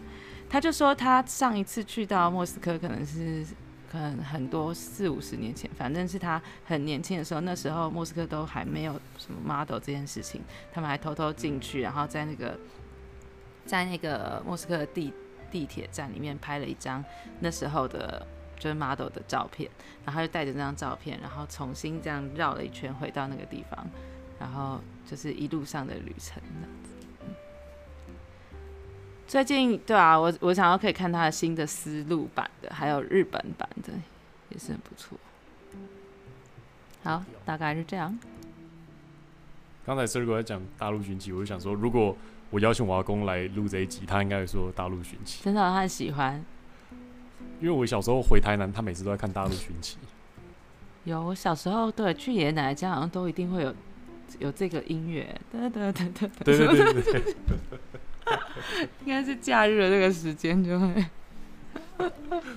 [SPEAKER 2] 他就说他上一次去到莫斯科可能是。可能很多四五十年前，反正是他很年轻的时候，那时候莫斯科都还没有什么 model 这件事情，他们还偷偷进去，然后在那个在那个莫斯科的地地铁站里面拍了一张那时候的就是 model 的照片，然后他就带着那张照片，然后重新这样绕了一圈回到那个地方，然后就是一路上的旅程这样子。嗯最近对啊，我我想要可以看他的新的丝路版的，还有日本版的，也是很不错。好，大概是这样。
[SPEAKER 1] 刚才 Sergio 在讲大陆寻奇，我就想说，如果我邀请我阿公来录这一集，他应该会说大陆寻奇，
[SPEAKER 2] 真的，他很喜欢。
[SPEAKER 1] 因为我小时候回台南，他每次都在看大陆寻奇。
[SPEAKER 2] 有，我小时候对去爷爷奶奶家好像都一定会有有这个音乐，哒哒哒哒哒，
[SPEAKER 1] [laughs] 对对对 [laughs] 对对，
[SPEAKER 2] 应该是假日的那个时间就会。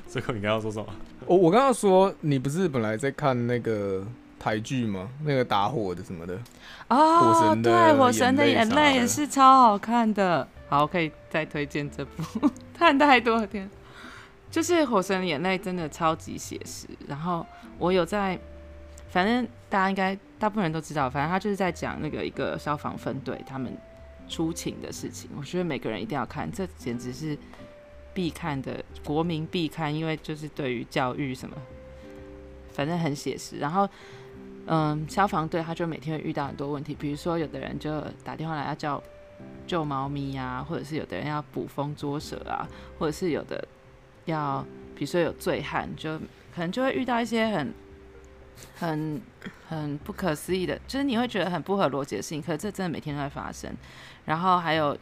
[SPEAKER 1] 这个你刚刚说什么？
[SPEAKER 4] 我我刚刚说你不是本来在看那个台剧吗？那个打火的什么的，火
[SPEAKER 2] 哦，
[SPEAKER 4] 神的
[SPEAKER 2] 对，《火神的眼
[SPEAKER 4] 眼泪
[SPEAKER 2] 泪》
[SPEAKER 4] 啥
[SPEAKER 2] 也
[SPEAKER 4] 的
[SPEAKER 2] 是超好看的。好，可以再推荐这部，看太多了天。就是《火神的眼泪》真的超级写实，然后我有在，反正大家应该大部分人都知道，反正他就是在讲那个一个消防分队他们出勤的事情。我觉得每个人一定要看，这简直是必看的国民必看，因为就是对于教育什么，反正很写实。然后嗯，消防队他就每天会遇到很多问题，比如说有的人就打电话来要叫救猫咪啊，或者是有的人要捕风捉蛇啊，或者是有的要，比如说有醉汉，就可能就会遇到一些很、很、很不可思议的，就是你会觉得很不合逻辑的事情，可是这真的每天都在发生。然后还有，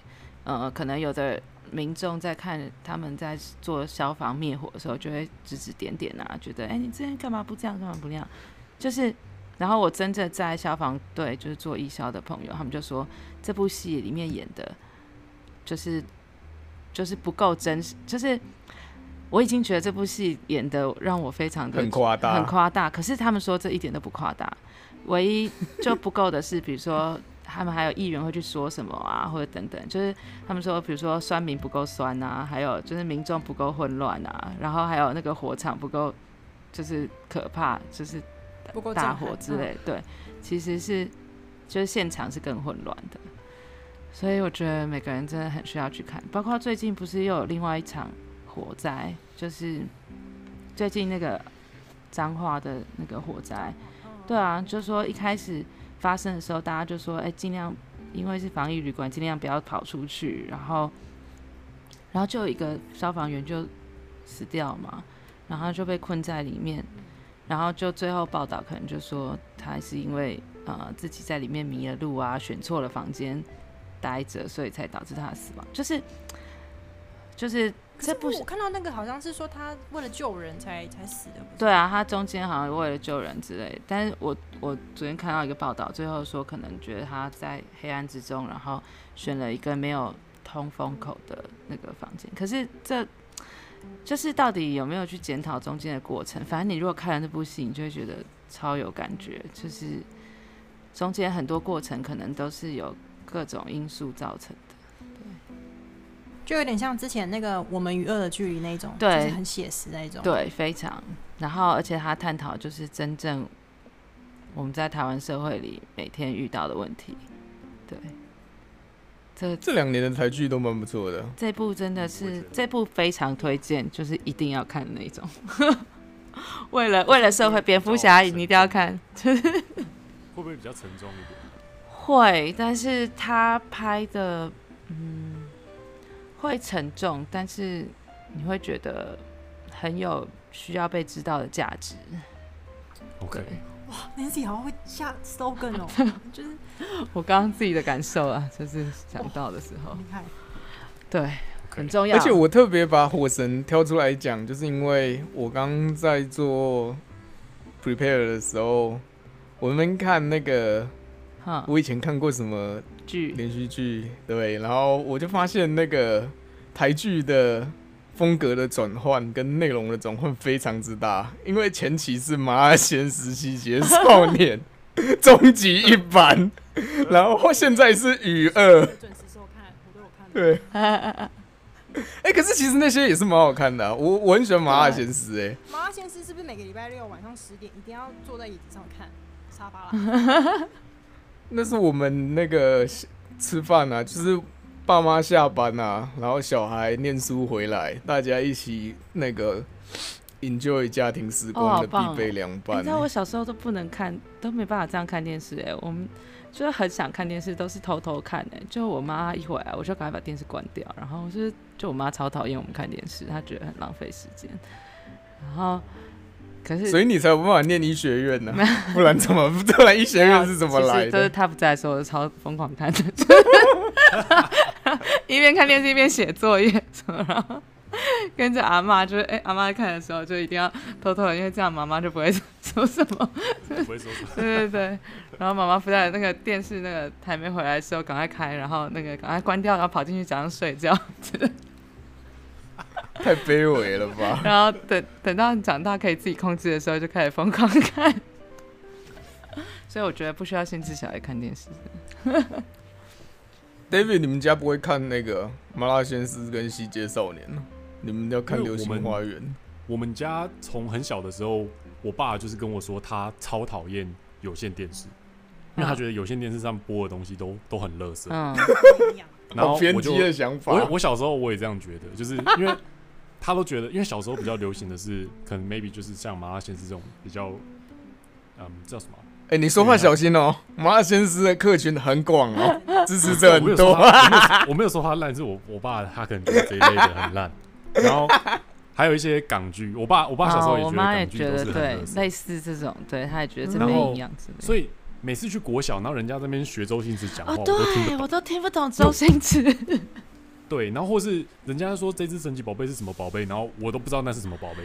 [SPEAKER 2] 呃，可能有的民众在看他们在做消防灭火的时候，就会指指点点啊，觉得哎、你之前干嘛不这样，干嘛不那样，就是。然后我真正在消防队就是做义消的朋友，他们就说这部戏里面演的，就是就是不够真实，就是我已经觉得这部戏演的让我非常的
[SPEAKER 4] 很夸大，
[SPEAKER 2] 很夸大。可是他们说这一点都不夸大，唯一就不够的是，比如说他们还有议员会去说什么啊，或者等等，就是他们说，比如说酸民不够酸啊，还有就是民众不够混乱啊，然后还有那个火场不够就是可怕，就是
[SPEAKER 3] 不够震
[SPEAKER 2] 大
[SPEAKER 3] 撼嗯
[SPEAKER 2] 火之类，对，其实是就是现场是更混乱的。所以我觉得每个人真的很需要去看，包括最近不是又有另外一场火灾，就是最近那个彰化的那个火灾，
[SPEAKER 3] 嗯
[SPEAKER 2] 对啊，就说一开始发生的时候，大家就说，哎、尽量因为是防疫旅馆，尽量不要跑出去，然后，然后就有一个消防员就死掉嘛，然后就被困在里面，然后就最后报道可能就说他是因为呃自己在里面迷了路啊，选错了房间待着，所以才导致他的死亡，就是就是
[SPEAKER 3] 可
[SPEAKER 2] 这
[SPEAKER 3] 是
[SPEAKER 2] 不
[SPEAKER 3] 我看到那个好像是说他为了救人才才死的，不是
[SPEAKER 2] 对啊，他中间好像为了救人之类，但是我我昨天看到一个报道，最后说可能觉得他在黑暗之中，然后选了一个没有通风口的那个房间。可是这就是到底有没有去检讨中间的过程？反正你如果看了那部戏，你就会觉得超有感觉，就是中间很多过程可能都是有各种因素造成的。
[SPEAKER 3] 就有点像之前那个《我们与恶的距离》那一种，
[SPEAKER 2] 对
[SPEAKER 3] 就是很写实那一种。，
[SPEAKER 2] 对，非常。然后，而且他探讨就是真正我们在台湾社会里每天遇到的问题。对，这
[SPEAKER 4] 这两年的台剧都蛮不错的，
[SPEAKER 2] 这部真的是这部非常推荐，就是一定要看的那种。 [laughs] 为了为了社会，蝙蝠侠你一定要看。
[SPEAKER 1] [laughs] 会不会比较沉重一点？
[SPEAKER 2] 会，但是他拍的，嗯，会沉重，但是你会觉得很有需要被知道的价值。
[SPEAKER 1] OK，
[SPEAKER 2] 对
[SPEAKER 3] 哇，Nancy 好像会下 slogan
[SPEAKER 2] [laughs]
[SPEAKER 3] 哦，就是
[SPEAKER 2] 我刚刚自己的感受啊，就是想到的时候，
[SPEAKER 3] 厉
[SPEAKER 4] [laughs]
[SPEAKER 3] 害。
[SPEAKER 2] 对，很
[SPEAKER 1] OK
[SPEAKER 2] 重要。
[SPEAKER 4] 而且我特别把火神挑出来讲，就是因为我刚在做 prepare 的时候，我们看那个
[SPEAKER 2] 哈
[SPEAKER 4] 我以前看过什么
[SPEAKER 2] 剧
[SPEAKER 4] 连续剧，对，然后我就发现那个台剧的风格的转换跟内容的转换非常之大，因为前期是《麻辣鲜时期节少年》 [laughs] 终极一班，然后现在是《雨二》，
[SPEAKER 3] 准时收看，我都有看。
[SPEAKER 4] 对。 [laughs] 哎、可是其实那些也是蛮好看的啊、我我很喜欢《麻辣鲜师》哎，
[SPEAKER 3] 麻辣鲜师是不是每个礼拜六晚上十点一定要坐在椅子上看沙
[SPEAKER 2] [laughs]
[SPEAKER 3] 发啦？
[SPEAKER 4] 那是我们那个吃饭啊，就是爸妈下班啊，然后小孩念书回来，大家一起那个 enjoy 家庭时
[SPEAKER 2] 哦
[SPEAKER 4] 光
[SPEAKER 2] 好
[SPEAKER 4] 的
[SPEAKER 2] 棒
[SPEAKER 4] 必备凉
[SPEAKER 2] 你
[SPEAKER 4] 拌
[SPEAKER 2] 知。道我小时候都不能看，都没办法这样看电视哎、我们就是很想看电视，都是偷偷看哎、就我妈一回来，我就赶快把电视关掉，然后就是就我妈超讨厌我们看电视，她觉得很浪费时间。然后可是
[SPEAKER 4] 所以你才有办法念医学院呢、 [laughs] 不然怎么？不然医学院是怎么来
[SPEAKER 2] 就是
[SPEAKER 4] 的？
[SPEAKER 2] 她不在的时候，我就超疯狂看的，
[SPEAKER 4] [laughs]
[SPEAKER 2] 一边看电视一边写作业什么，然后跟着阿妈，就是哎、阿妈看的时候就一定要偷偷的，因为这样妈妈就不会 [laughs] 说什么。
[SPEAKER 1] 不会说什么。
[SPEAKER 2] 对对对，然后妈妈不在，那个电视那个还没回来的时候，赶快开，然后那个赶快关掉，然后跑进去假装睡觉， [laughs]
[SPEAKER 4] 太卑微了吧！
[SPEAKER 2] 然后等等到你长大可以自己控制的时候，就开始疯狂看。 [laughs] 所以我觉得不需要限制小孩看电视。
[SPEAKER 4] David，你们家不会看那个《麻辣鲜师》跟《西街少年》呢？你们要看《
[SPEAKER 1] 因为
[SPEAKER 4] 流
[SPEAKER 1] 我
[SPEAKER 4] 星
[SPEAKER 1] 们
[SPEAKER 4] 花园
[SPEAKER 1] 我们家从很小的时候，我爸就是跟我说，他超讨厌有线电视，因为他觉得有线电视上播的东西都都很垃圾。
[SPEAKER 2] 嗯，》，
[SPEAKER 1] 然后
[SPEAKER 4] 好偏
[SPEAKER 1] 我就
[SPEAKER 4] 激的想法。
[SPEAKER 1] 我我小时候我也这样觉得，就是因
[SPEAKER 4] [laughs]
[SPEAKER 1] 为他都觉得，因为小时候比较流行的是，可能 maybe 就是像麻辣鲜师这种比较，嗯，叫什么啊？
[SPEAKER 4] 哎、你说话小心哦、麻辣鲜师的客群很广哦、
[SPEAKER 1] [laughs]
[SPEAKER 4] 支持者
[SPEAKER 1] 我没
[SPEAKER 4] 很
[SPEAKER 1] 有说
[SPEAKER 4] 多。
[SPEAKER 1] 啊
[SPEAKER 2] 啊
[SPEAKER 1] 他，我没有我没有说他烂，是我我爸他可能觉得这一类的很烂，然
[SPEAKER 4] [laughs]
[SPEAKER 1] 后
[SPEAKER 4] 啊
[SPEAKER 1] 还有一些港剧，我爸我爸小时候
[SPEAKER 2] 哦
[SPEAKER 1] 也
[SPEAKER 2] 我
[SPEAKER 1] 觉得
[SPEAKER 2] 妈也
[SPEAKER 1] 港剧
[SPEAKER 2] 觉
[SPEAKER 1] 都
[SPEAKER 2] 得
[SPEAKER 1] 是
[SPEAKER 2] 对
[SPEAKER 1] 很垃，圾，
[SPEAKER 2] 类似这种，对，她也觉得这
[SPEAKER 1] 嗯然
[SPEAKER 2] 没
[SPEAKER 1] 后
[SPEAKER 2] 营养之类的。
[SPEAKER 1] 所以每次去国小，然后人家在那边学周星驰讲话，
[SPEAKER 2] 哦，
[SPEAKER 1] 我都听不
[SPEAKER 2] 对，
[SPEAKER 1] 懂。
[SPEAKER 2] 我都听不懂周星驰。
[SPEAKER 1] 对，然后或是人家说这只神奇宝贝是什么宝贝，然后我都不知道那是什么宝贝，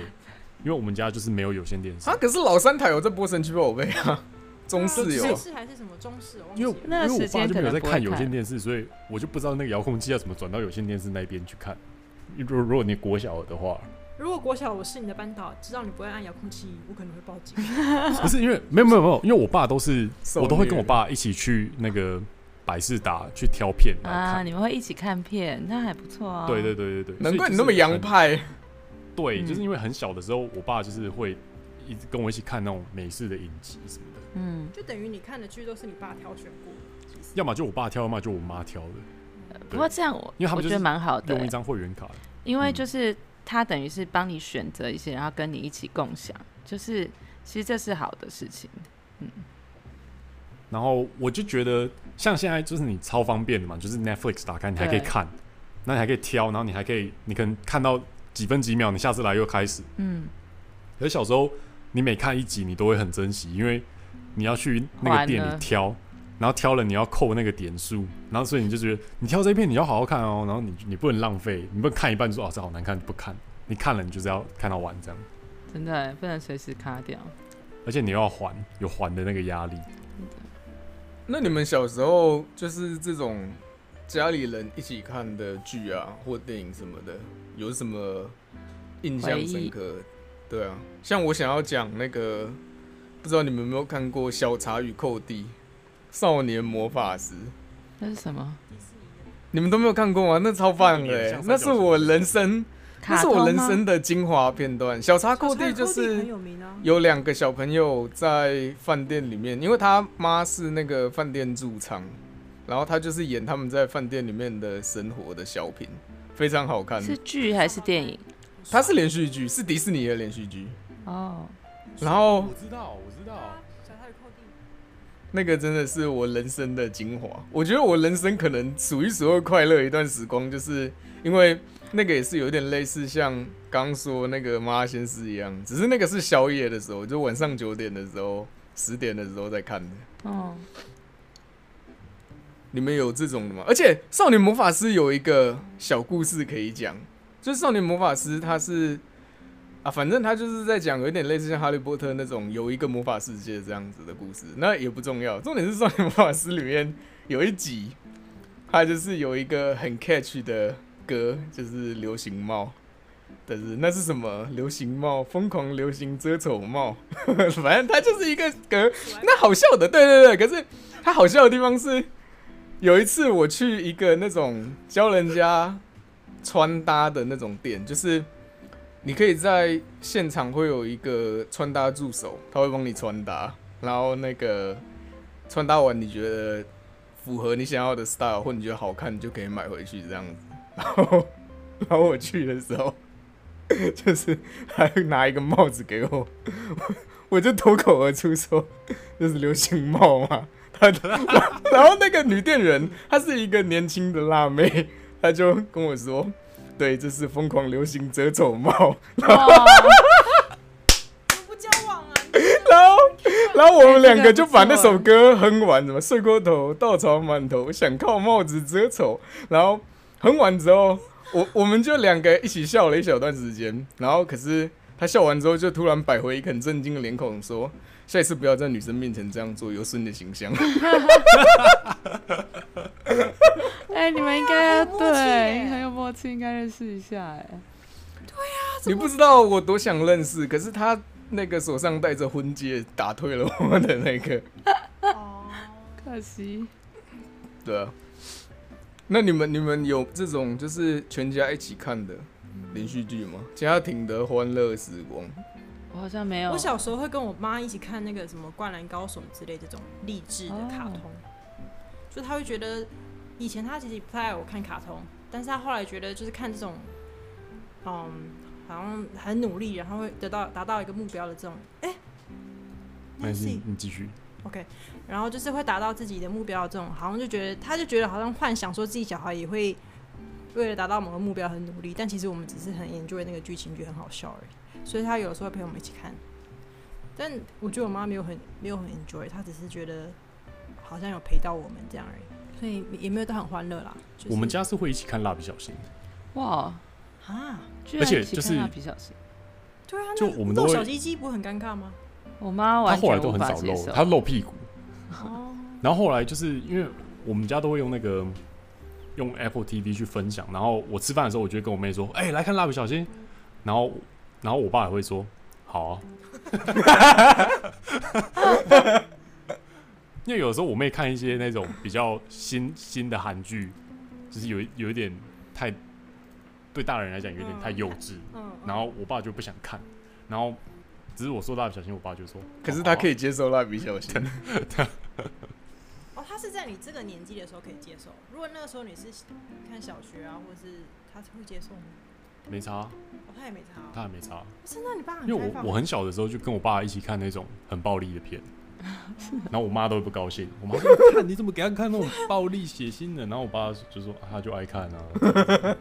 [SPEAKER 1] 因为我们家就是没有有线电视
[SPEAKER 4] 啊，。可是老三台有在播神奇宝贝
[SPEAKER 1] [laughs]
[SPEAKER 4] 啊，中视
[SPEAKER 3] 是
[SPEAKER 4] 有
[SPEAKER 3] 有。还是什么中式？我忘记
[SPEAKER 1] 因为
[SPEAKER 3] 了
[SPEAKER 1] 因
[SPEAKER 2] 那
[SPEAKER 1] 为
[SPEAKER 2] 个
[SPEAKER 1] 我
[SPEAKER 2] 时
[SPEAKER 1] 爸
[SPEAKER 2] 间
[SPEAKER 1] 就
[SPEAKER 2] 可
[SPEAKER 1] 没有
[SPEAKER 2] 能
[SPEAKER 1] 在
[SPEAKER 2] 不会
[SPEAKER 1] 看有线
[SPEAKER 2] 看
[SPEAKER 1] 电视，所以我就不知道那个遥控器要怎么转到有线电视那一边去看。如果如果你国小的
[SPEAKER 2] [laughs]
[SPEAKER 1] 话，
[SPEAKER 3] 如果国小我是你的班导，知道你不会按遥控器，我可能会报
[SPEAKER 4] [laughs]
[SPEAKER 3] 警。
[SPEAKER 1] 不是因为没有没有没有，因为我爸都是
[SPEAKER 4] 受
[SPEAKER 1] 我都会
[SPEAKER 4] 虐
[SPEAKER 1] 跟我爸一起去那个百事达去挑片来
[SPEAKER 2] 啊，
[SPEAKER 1] 看。
[SPEAKER 2] 你们会一起看片，那还不错啊。
[SPEAKER 1] 对对对对对，
[SPEAKER 4] 难怪你那
[SPEAKER 1] 所
[SPEAKER 4] 么
[SPEAKER 1] 以就是
[SPEAKER 4] 洋
[SPEAKER 1] 很。
[SPEAKER 4] 派。
[SPEAKER 1] 对，
[SPEAKER 2] 嗯
[SPEAKER 1] 就是因为很小的时候，我爸就是会一直跟我一起看那种美式的影集什么的，
[SPEAKER 2] 嗯，
[SPEAKER 3] 就等于你看的剧都是你爸挑选过的，其实
[SPEAKER 1] 要么就我爸挑，要么就我妈挑的，
[SPEAKER 2] 不过这样我
[SPEAKER 1] 因为他
[SPEAKER 2] 我
[SPEAKER 1] 们就
[SPEAKER 2] 觉
[SPEAKER 1] 是
[SPEAKER 2] 得蛮好的欸。
[SPEAKER 1] 用一张会员卡。
[SPEAKER 2] 因为
[SPEAKER 1] 嗯
[SPEAKER 2] 就是他等于是帮你选择一些，然后跟你一起共享，就是其实这是好的事情。
[SPEAKER 1] 然后我就觉得，像现在就是你超方便的嘛，就是 Netflix 打开你还可以
[SPEAKER 2] 对
[SPEAKER 1] 看，那你还可以挑，然后你还可以，你可能看到几分几秒，你下次来又开始。
[SPEAKER 2] 嗯，
[SPEAKER 1] 可是小时候你每看一集，你都会很珍惜，因为你要去那个
[SPEAKER 2] 换
[SPEAKER 1] 店
[SPEAKER 2] 了
[SPEAKER 1] 里挑，然后挑了你要扣那个点数，然后所以你就觉得你挑这一片你要好好看哦，然后你你不能浪费，你不能看一半就说哦这好难看不看，你看了你就是要看到完这样，
[SPEAKER 2] 真的欸不能随时卡掉。
[SPEAKER 1] 而且你又要还有还的那个压力。
[SPEAKER 4] 那你们小时候就是这种家里人一起看的剧啊，或电影什么的，有什么印
[SPEAKER 2] 回
[SPEAKER 4] 象
[SPEAKER 2] 忆
[SPEAKER 4] 深刻？对啊，像我想要讲那个，不知道你们有没有看过《小茶与寇弟》《少年魔法师》，
[SPEAKER 2] 那是什么？
[SPEAKER 4] 你们都没有看过吗？那超棒的、
[SPEAKER 1] 有点
[SPEAKER 4] 欸
[SPEAKER 1] 像，三角
[SPEAKER 4] 那是
[SPEAKER 1] 形
[SPEAKER 4] 我人生，那
[SPEAKER 2] 卡
[SPEAKER 4] 是我人
[SPEAKER 2] 通吗
[SPEAKER 4] 生的精华片段。小茶寇弟就
[SPEAKER 3] 小时候
[SPEAKER 4] 是
[SPEAKER 3] 很有名啊。
[SPEAKER 4] 有两个小朋友在饭店里面，因为他妈是那个饭店驻唱，然后他就是演他们在饭店里面的生活的小品，非常好看。
[SPEAKER 2] 是剧还是电影？
[SPEAKER 4] 它是连续剧，是迪士尼的连续剧。
[SPEAKER 2] 哦，
[SPEAKER 4] 然后
[SPEAKER 1] 我知道，我知道
[SPEAKER 3] 小泰寇弟，
[SPEAKER 4] 那个真的是我人生的精华，我觉得我人生可能数一数二快乐一段时光，就是因为那个也是有点类似像刚刚说那个《妈先师》一样，只是那个是宵夜的时候，就晚上九点的时候、十点的时候在看的。
[SPEAKER 2] 哦，
[SPEAKER 4] 你们有这种的吗？而且《少年魔法师》有一个小故事可以讲，就是《少年魔法师》他是啊，反正他就是在讲有点类似像《哈利波特》那种有一个魔法世界这样子的故事，那也不重要，重点是《少年魔法师》里面有一集，他就是有一个很 catch 的歌，就是《流行帽》。但是那是什么流行帽？疯狂流行遮丑帽， [laughs] 反正它就是一个歌。那好笑的，对对对。可是它好笑的地方是，有一次我去一个那种教人家穿搭的那种店，就是你可以在现场会有一个穿搭助手，他会帮你穿搭，然后那个穿搭完你觉得符合你想要的 style 或你觉得好看，你就可以买回去这样子。然后，然后我去的时候， [laughs] 就是还拿一个帽子给我，我就脱口而出说：“ [laughs] 这是流行帽嘛。”他， [laughs] 然后那个女店员她是一个年轻的辣妹， [laughs] 她就跟我说：“对，这是疯狂流行折走帽。”
[SPEAKER 2] [laughs] 哇，
[SPEAKER 3] 不交往啊！
[SPEAKER 4] 然后，然后我们两个就把那首歌哼完，什么睡过头、稻草满头，想靠帽子遮丑。然后哼完之后，我我们就两个一起笑了一小段时间。然后，可是他笑完之后，就突然摆回一个很震惊的脸孔，说：“下一次不要在女生面前这样做，有损你的形象。
[SPEAKER 2] 哎，你们应该要
[SPEAKER 3] 哇很有默契
[SPEAKER 2] 对
[SPEAKER 3] 耶
[SPEAKER 2] 很有默契，应该认识一下哎。”
[SPEAKER 4] 你不知道我多想认识，可是他那个手上戴着婚戒，打退了我的那个。
[SPEAKER 3] 哦，
[SPEAKER 2] 可惜，
[SPEAKER 4] 对啊。那你们你们有这种就是全家一起看的连续剧吗？家庭的欢乐时光。
[SPEAKER 2] 我好像没有。
[SPEAKER 3] 我小时候会跟我妈一起看那个什么《灌篮高手》之类这种励志的卡通，就她会觉得以前她其实不太爱我看卡通，但是她后来觉得就是看这种，嗯，好像很努力，然后会得到达到一个目标的这种，哎、
[SPEAKER 1] 没关
[SPEAKER 3] Nancy
[SPEAKER 1] 系，你继续。
[SPEAKER 3] OK，然后就是会达到自己的目标，这种好像就觉得，他就觉得好像幻想说自己小孩也会为了达到某个目标很努力，但其实我们只是很 enjoy 那个剧情，觉得很好笑而已。所以他有时候会陪我们一起看，但我觉得我妈没有很没有很 enjoy，她只是觉得好像有陪到我们这样而已，所以也没有到很欢乐啦。就是、
[SPEAKER 1] 我们家是会一起看蜡笔小新的，
[SPEAKER 2] 哇，
[SPEAKER 3] 啊，
[SPEAKER 2] 居
[SPEAKER 1] 而
[SPEAKER 2] 然
[SPEAKER 1] 且
[SPEAKER 2] 一起
[SPEAKER 1] 就是
[SPEAKER 2] 看蜡笔小新，
[SPEAKER 3] 对啊，
[SPEAKER 1] 就
[SPEAKER 3] 那
[SPEAKER 1] 我们都
[SPEAKER 3] 露
[SPEAKER 1] 会
[SPEAKER 3] 小鸡鸡不会很尴
[SPEAKER 1] [laughs]
[SPEAKER 3] 尬吗？
[SPEAKER 2] 我妈
[SPEAKER 1] 他
[SPEAKER 2] 完
[SPEAKER 1] 后来
[SPEAKER 2] 全
[SPEAKER 1] 都
[SPEAKER 2] 无
[SPEAKER 1] 很
[SPEAKER 2] 法
[SPEAKER 1] 少
[SPEAKER 2] 接
[SPEAKER 1] 露，
[SPEAKER 2] 受。
[SPEAKER 1] 他露屁股。
[SPEAKER 3] 哦，
[SPEAKER 1] 然后后来就是因为我们家都会用那个用 Apple TV 去分享，然后我吃饭的时候，我就会跟我妹说：“哎、来看蜡笔小新。”然后，然后我爸也会说：“好啊。” [laughs] 因为有时候我妹看一些那种比较新新的韩剧，就是有一有一点太对大人来讲有点太幼稚，
[SPEAKER 3] 嗯，
[SPEAKER 1] 然后我爸就不想看，然后只是我说蜡笔小新，我爸就说：“
[SPEAKER 4] 可是他可
[SPEAKER 1] 以。”
[SPEAKER 4] 以接受蜡笔小新，
[SPEAKER 3] 哦，他是在你这个年纪的时候可以接受，如果那个时候你是看小学啊，或者是他是会接受吗？
[SPEAKER 1] 没差啊，
[SPEAKER 3] 哦，他也没差、
[SPEAKER 1] 他
[SPEAKER 3] 哦。
[SPEAKER 1] 还没差啊。
[SPEAKER 3] 是那你爸很
[SPEAKER 1] 因为
[SPEAKER 3] 开
[SPEAKER 1] 我
[SPEAKER 3] 放啊
[SPEAKER 1] 我很小的时候就跟我爸一起看那种很暴力的
[SPEAKER 3] [laughs]
[SPEAKER 1] 片，
[SPEAKER 3] 啊
[SPEAKER 1] 然后我妈都会不高兴，我妈说：“看 [laughs] 你怎么给他看那种暴力血腥的？”然后我爸就说：“啊他就爱看啊。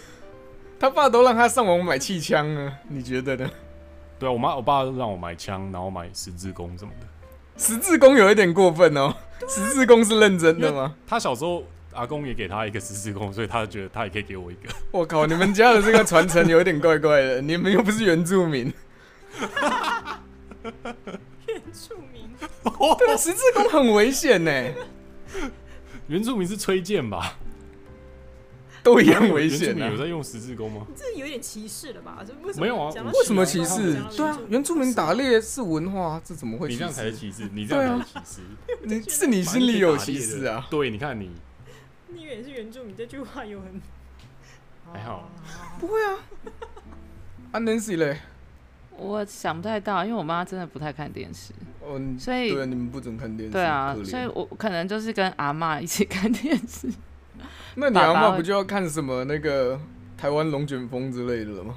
[SPEAKER 1] [laughs]
[SPEAKER 4] 他爸都让他上网买气枪啊，你觉得呢？”
[SPEAKER 1] 对啊，我妈我爸让我买枪，然后买十字弓什么的。
[SPEAKER 4] 十字弓有一点过分哦，十字弓是认真的吗？
[SPEAKER 1] 他小时候阿公也给他一个十字弓，所以他觉得他也可以给我一个。
[SPEAKER 4] 我靠，你们家的这个传承有一点怪怪的，你们又不是原住民。
[SPEAKER 3] 庶民，
[SPEAKER 4] 对啊，十字弓很危险呢、
[SPEAKER 1] 原住民是吹剑吧？
[SPEAKER 4] 都一样危
[SPEAKER 1] 原住
[SPEAKER 4] 险
[SPEAKER 1] 民有
[SPEAKER 4] 啊。
[SPEAKER 1] 在用十字弓吗？
[SPEAKER 3] 这有点歧视了吧？这为什么
[SPEAKER 1] 没有啊
[SPEAKER 3] 讲
[SPEAKER 1] 我
[SPEAKER 3] 到
[SPEAKER 4] 为什么
[SPEAKER 3] 歧
[SPEAKER 4] 歧
[SPEAKER 3] 视
[SPEAKER 4] 视？对啊，原住民打猎是文化，这怎么会歧
[SPEAKER 1] 你
[SPEAKER 4] 视？
[SPEAKER 1] 这样才是歧视，你这
[SPEAKER 3] 啊
[SPEAKER 1] 样才是歧视。
[SPEAKER 4] 你是你心里有歧视啊？
[SPEAKER 1] 对，你看你
[SPEAKER 3] 你也是原住民，这句话有
[SPEAKER 4] [laughs]
[SPEAKER 3] 很
[SPEAKER 1] 还好
[SPEAKER 4] 不会啊。啊，Nancy 嘞？
[SPEAKER 2] 我想不太到，因为我妈真的不太看电视。
[SPEAKER 4] 哦，你
[SPEAKER 2] 所以
[SPEAKER 4] 对啊，你们不准看电视，
[SPEAKER 2] 对啊
[SPEAKER 4] 可，怜
[SPEAKER 2] 所以我可能就是跟阿嬷一起看电视。 [laughs]
[SPEAKER 4] 那你
[SPEAKER 2] 爸
[SPEAKER 4] 阿
[SPEAKER 2] 爸
[SPEAKER 4] 妈
[SPEAKER 2] 会
[SPEAKER 4] 不就要看什么那个台湾龙卷风之类的了吗？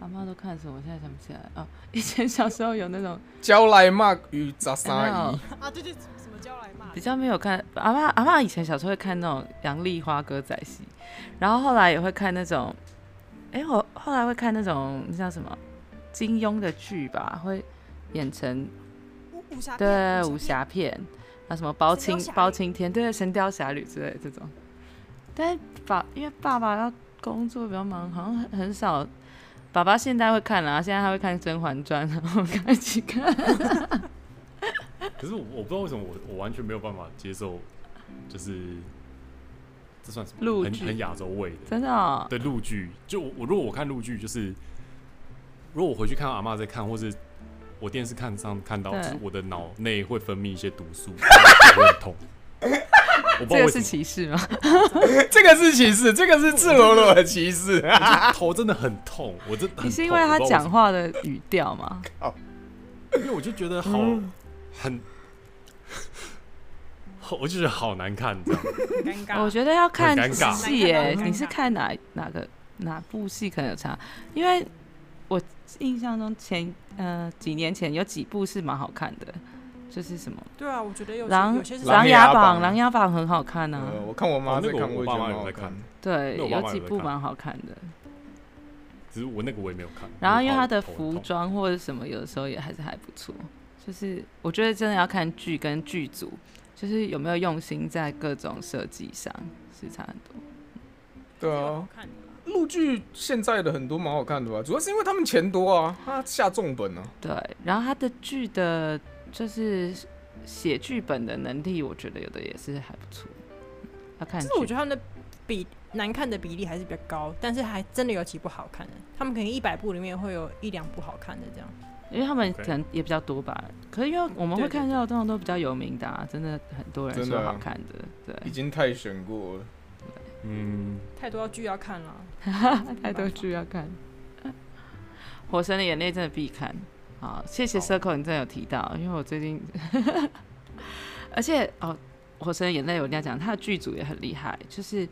[SPEAKER 2] 阿嬷都看什么？我现在想不起来啊、哦。以前小时候有那种
[SPEAKER 4] 娇来骂与杂
[SPEAKER 2] 有没
[SPEAKER 4] 沙
[SPEAKER 2] 有
[SPEAKER 4] 姨， [laughs]
[SPEAKER 3] 啊！对对，什么叫来骂
[SPEAKER 2] 比？较没有看阿嬷阿嬷以前小时候会看那种杨丽花歌仔戏，然后后来也会看那种，哎、我后来会看那种那叫什么金庸的剧吧，会演成
[SPEAKER 3] 武武侠
[SPEAKER 2] 对
[SPEAKER 3] 片
[SPEAKER 2] 武侠片，啊什么包
[SPEAKER 3] 神雕
[SPEAKER 2] 青
[SPEAKER 3] 侠侣
[SPEAKER 2] 包青天，对《神雕侠侣》之类的这种。但是爸因为爸爸要工作比较忙，好像很很少。爸爸现在会看啦、现在他会看《甄嬛传》，然后跟他一起看。
[SPEAKER 1] 可是我我不知道为什么我我完全没有办法接受，就是这算什么？
[SPEAKER 2] 陆
[SPEAKER 1] 很
[SPEAKER 2] 剧
[SPEAKER 1] 很亚洲味的
[SPEAKER 2] [laughs] 真的哦、
[SPEAKER 1] 的陆剧。就我我如果我看陆剧，就是如果我回去看阿嬷在看，或是我电视看上看到，
[SPEAKER 2] 对
[SPEAKER 1] 就是我的脑内会分泌一些毒
[SPEAKER 2] [laughs]
[SPEAKER 1] 素，然后我会很痛。我不知
[SPEAKER 2] 这
[SPEAKER 1] 道
[SPEAKER 2] 个
[SPEAKER 1] 为什
[SPEAKER 2] 是
[SPEAKER 1] 么，
[SPEAKER 2] 歧视吗？
[SPEAKER 4] 这个是歧视，这个是赤裸裸的歧视。
[SPEAKER 1] 头真的很痛，我真的很
[SPEAKER 2] 你是因
[SPEAKER 1] 痛
[SPEAKER 2] 为
[SPEAKER 1] 我
[SPEAKER 2] 他
[SPEAKER 1] 不知道
[SPEAKER 2] 讲话的语调吗？
[SPEAKER 1] 为什么因为我就觉
[SPEAKER 3] 嗯
[SPEAKER 1] 得好
[SPEAKER 2] 嗯
[SPEAKER 1] 很， [laughs] 我就觉得好难看，你知道吗？
[SPEAKER 3] 很尴尬。
[SPEAKER 2] 哦我觉得要看
[SPEAKER 1] 很尴尬
[SPEAKER 2] 戏耶、
[SPEAKER 3] 很尴尬
[SPEAKER 2] 你是看哪哪个哪部戏可能有差，因为我印象中前呃几年前有几部是蛮好看的，就是什么
[SPEAKER 3] 对啊，我觉得有
[SPEAKER 2] 《
[SPEAKER 3] 些
[SPEAKER 2] 琅
[SPEAKER 3] 有些是
[SPEAKER 2] 琅
[SPEAKER 4] 琅琊
[SPEAKER 2] 琊榜》，
[SPEAKER 4] 榜
[SPEAKER 2] 《琅琊榜》很好看啊，
[SPEAKER 4] [laughs] 呃，我看我妈
[SPEAKER 1] 哦
[SPEAKER 4] 在
[SPEAKER 1] 那个
[SPEAKER 4] 看，
[SPEAKER 1] 我
[SPEAKER 4] 也
[SPEAKER 1] 爸
[SPEAKER 4] 觉得
[SPEAKER 1] 妈
[SPEAKER 4] 蛮
[SPEAKER 1] 有
[SPEAKER 4] 好
[SPEAKER 1] 在
[SPEAKER 4] 看
[SPEAKER 1] 看。
[SPEAKER 2] 对，
[SPEAKER 1] 那我爸
[SPEAKER 2] 有
[SPEAKER 1] 妈
[SPEAKER 2] 几
[SPEAKER 1] 有在
[SPEAKER 2] 部
[SPEAKER 1] 看
[SPEAKER 2] 蛮好看的。
[SPEAKER 1] 只是我那个我也没有看。
[SPEAKER 2] 然后因为
[SPEAKER 1] 他
[SPEAKER 2] 他的服，装或者什么，有的时候也还是还不错。就是我觉得真的要看剧跟剧组，就是有没有用心在各种设计上是差很多。
[SPEAKER 4] 对啊，陆剧现在的很多蛮好看的吧，主要是因为他们钱多啊，他下重本啊。
[SPEAKER 2] 对，然后他的剧的，就是写剧本的能力，我觉得有的也是还不错。要看
[SPEAKER 3] 其
[SPEAKER 2] 剧
[SPEAKER 3] 实，我觉得他们的比难看的比例还是比较高，但是还真的有几部好看的，他们可能一百部里面会有一两部好看的这样。
[SPEAKER 2] 因为他们
[SPEAKER 1] OK
[SPEAKER 2] 可能也比较多吧。可是因为我们
[SPEAKER 3] 对
[SPEAKER 2] 会
[SPEAKER 3] 对
[SPEAKER 2] 看到，通常都比较有名的、啊，真的很多人
[SPEAKER 4] 真
[SPEAKER 2] 说
[SPEAKER 4] 的啊
[SPEAKER 2] 好看的，
[SPEAKER 4] 已经太选过了。
[SPEAKER 1] 嗯，
[SPEAKER 3] 太多剧要看了，
[SPEAKER 2] 对， [laughs] 太多剧要看。《火神的眼泪》真的必看。好，谢谢
[SPEAKER 1] 好
[SPEAKER 2] Circle，你真的有提到，因为我最近， [laughs] 而且哦，《火神的眼泪》我跟你讲，他的剧组也很厉害，就是因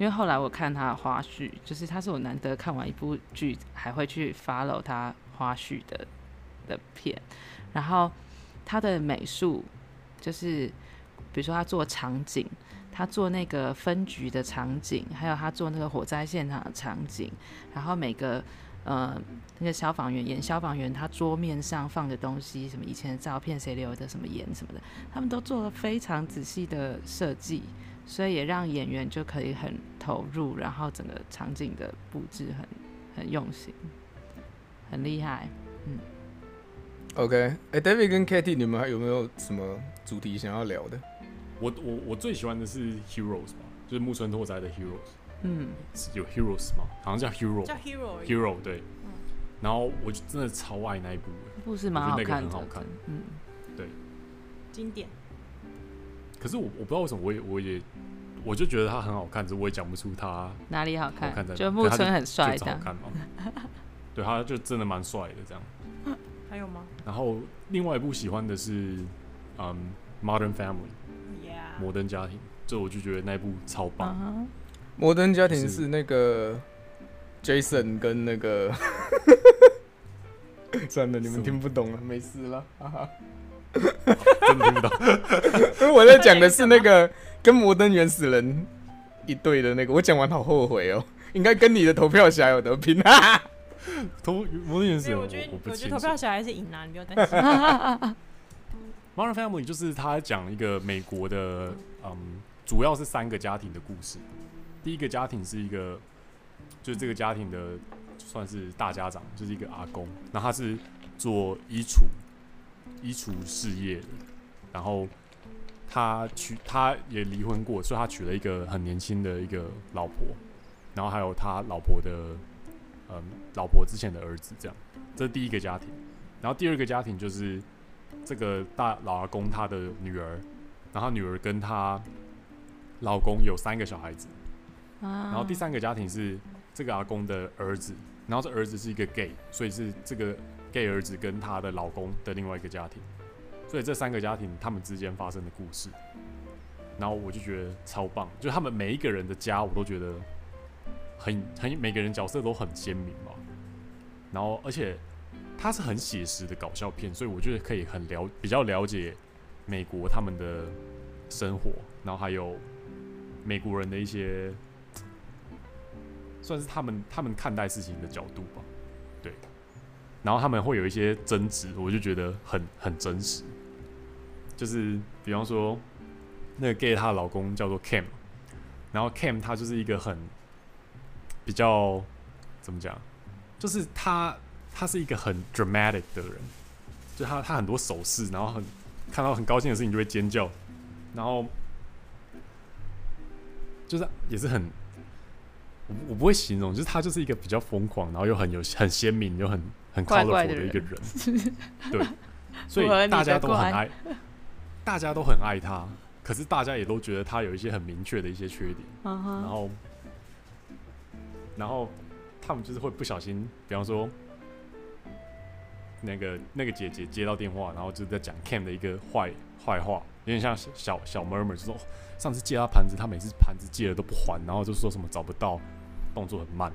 [SPEAKER 2] 为后来我看他的花絮，就是他是我难得看完一部剧还会去 follow 他花絮的的片，然后他的美术就是，比如说他做场景，他做那个分局的场景，还有他做那个火灾现场的场景，然后每个呃那个消防员演消防员，他桌面上放的东西，什么以前的照片，谁留的，什么盐什么的，他们都做了非常仔细的设计，所以也让演员就可以很投入，然后整个场景的布置很很用心，很厉害。
[SPEAKER 4] OK，哎、d a v i d 跟 Katy，你们还有没有什么主题想要聊的？
[SPEAKER 1] 我我我最喜欢的是 Heroes 吧，就是木村拓哉的 Heroes，
[SPEAKER 2] 嗯，
[SPEAKER 1] 有 Heroes 吗？好像叫 Hero
[SPEAKER 3] 叫嗯 Hero 而已
[SPEAKER 1] Hero 对。然后我就真的超爱那一部，
[SPEAKER 2] 故事蛮好看的，
[SPEAKER 1] 我觉得那个很好看
[SPEAKER 2] 真的嗯，
[SPEAKER 3] 经典，
[SPEAKER 1] 可是我我不知道为什么我也我也我就觉得它很好看，只是我也讲不出它
[SPEAKER 2] 哪里好
[SPEAKER 1] 好
[SPEAKER 2] 看？
[SPEAKER 1] 看在哪。
[SPEAKER 2] 就木
[SPEAKER 1] 可是
[SPEAKER 2] 村
[SPEAKER 1] 它
[SPEAKER 2] 很帅
[SPEAKER 1] 就好
[SPEAKER 2] 的，
[SPEAKER 1] 看嘛。 [laughs] 对，他就真的蛮帅的这样。
[SPEAKER 3] 还有吗
[SPEAKER 1] 然后另外一部喜欢的是嗯 Modern Family
[SPEAKER 3] ？Yeah，
[SPEAKER 1] 摩登家庭，这我就觉得那一部超棒。
[SPEAKER 2] 啊
[SPEAKER 4] 摩登家庭
[SPEAKER 1] 是
[SPEAKER 4] 是那个 Jason 跟那个，算了，你们听不懂了，没事了，哈哈。
[SPEAKER 1] 真的听不到。
[SPEAKER 4] [laughs] 因为我在讲的是那个跟摩登原始人一对的那个，我讲完好后悔哦，应该跟你的投票侠有得拼哈哈。
[SPEAKER 1] 投摩登原始
[SPEAKER 3] 所以
[SPEAKER 1] 人，我
[SPEAKER 3] 我觉得
[SPEAKER 1] 不
[SPEAKER 3] 我觉
[SPEAKER 1] 清
[SPEAKER 3] 得
[SPEAKER 1] 楚
[SPEAKER 3] 投。票小孩是赢啦，你不用担心。
[SPEAKER 4] [laughs]
[SPEAKER 1] Modern Family 就是他讲一个美国的，嗯，主要是三个家庭的故事。第一个家庭是一个，就是这个家庭的算是大家长，就是一个阿公，那他是做衣橱衣橱事业的，然后他娶他也离婚过，所以他娶了一个很年轻的一个老婆，然后还有他老婆的，嗯，老婆之前的儿子，这样，这是第一个家庭。然后第二个家庭就是这个大老阿公他的女儿，然后女儿跟她老公有三个小孩子，
[SPEAKER 3] 啊
[SPEAKER 2] 然
[SPEAKER 1] 然后第三个家庭是这个阿公的儿子，然后这儿子是一个 gay，所以是这个 gay 儿子跟她的老公的另外一个家庭，所以这三个家庭他们之间发生的故事，然后我就觉得超棒，就是他们每一个人的家我都觉得很很每个人角色都很鲜明嘛，然后而且它是很写实的搞笑片，所以我觉得可以很了比较了解美国他们的生活，然后还有美国人的一些算是他们他们看待事情的角度吧，对。然后他们会有一些争执，我就觉得很很真实，就是比方说那个 gay 她的老公叫做 Cam，然后 Cam 他就是一个很比较怎么讲，就是他他是一个很 dramatic 的人，就他他很多手势，然后很看到很高兴的事情就会尖叫，然后就是也是很我我不会形容，就是他就是一个比较疯狂，然后又很有很鲜明又很很 colorful
[SPEAKER 2] 怪怪的
[SPEAKER 1] 一个
[SPEAKER 2] 人
[SPEAKER 1] 人，对，所以
[SPEAKER 2] 符合你
[SPEAKER 1] 大家
[SPEAKER 2] 的
[SPEAKER 1] 都
[SPEAKER 2] 怪
[SPEAKER 1] 很
[SPEAKER 2] [laughs]
[SPEAKER 1] 爱，大家都很爱他，可是大家也都觉得他有一些很明确的一些缺点。
[SPEAKER 2] 嗯哼
[SPEAKER 1] 然后，然后他们就是会不小心，比方说，那个那个姐姐接到电话，然后就在讲 Cam 的一个坏坏话，有点像小小小 murmur，就说、哦上次借他盘子，他每次盘子借了都不还，然后就说什么找不到，动作很慢，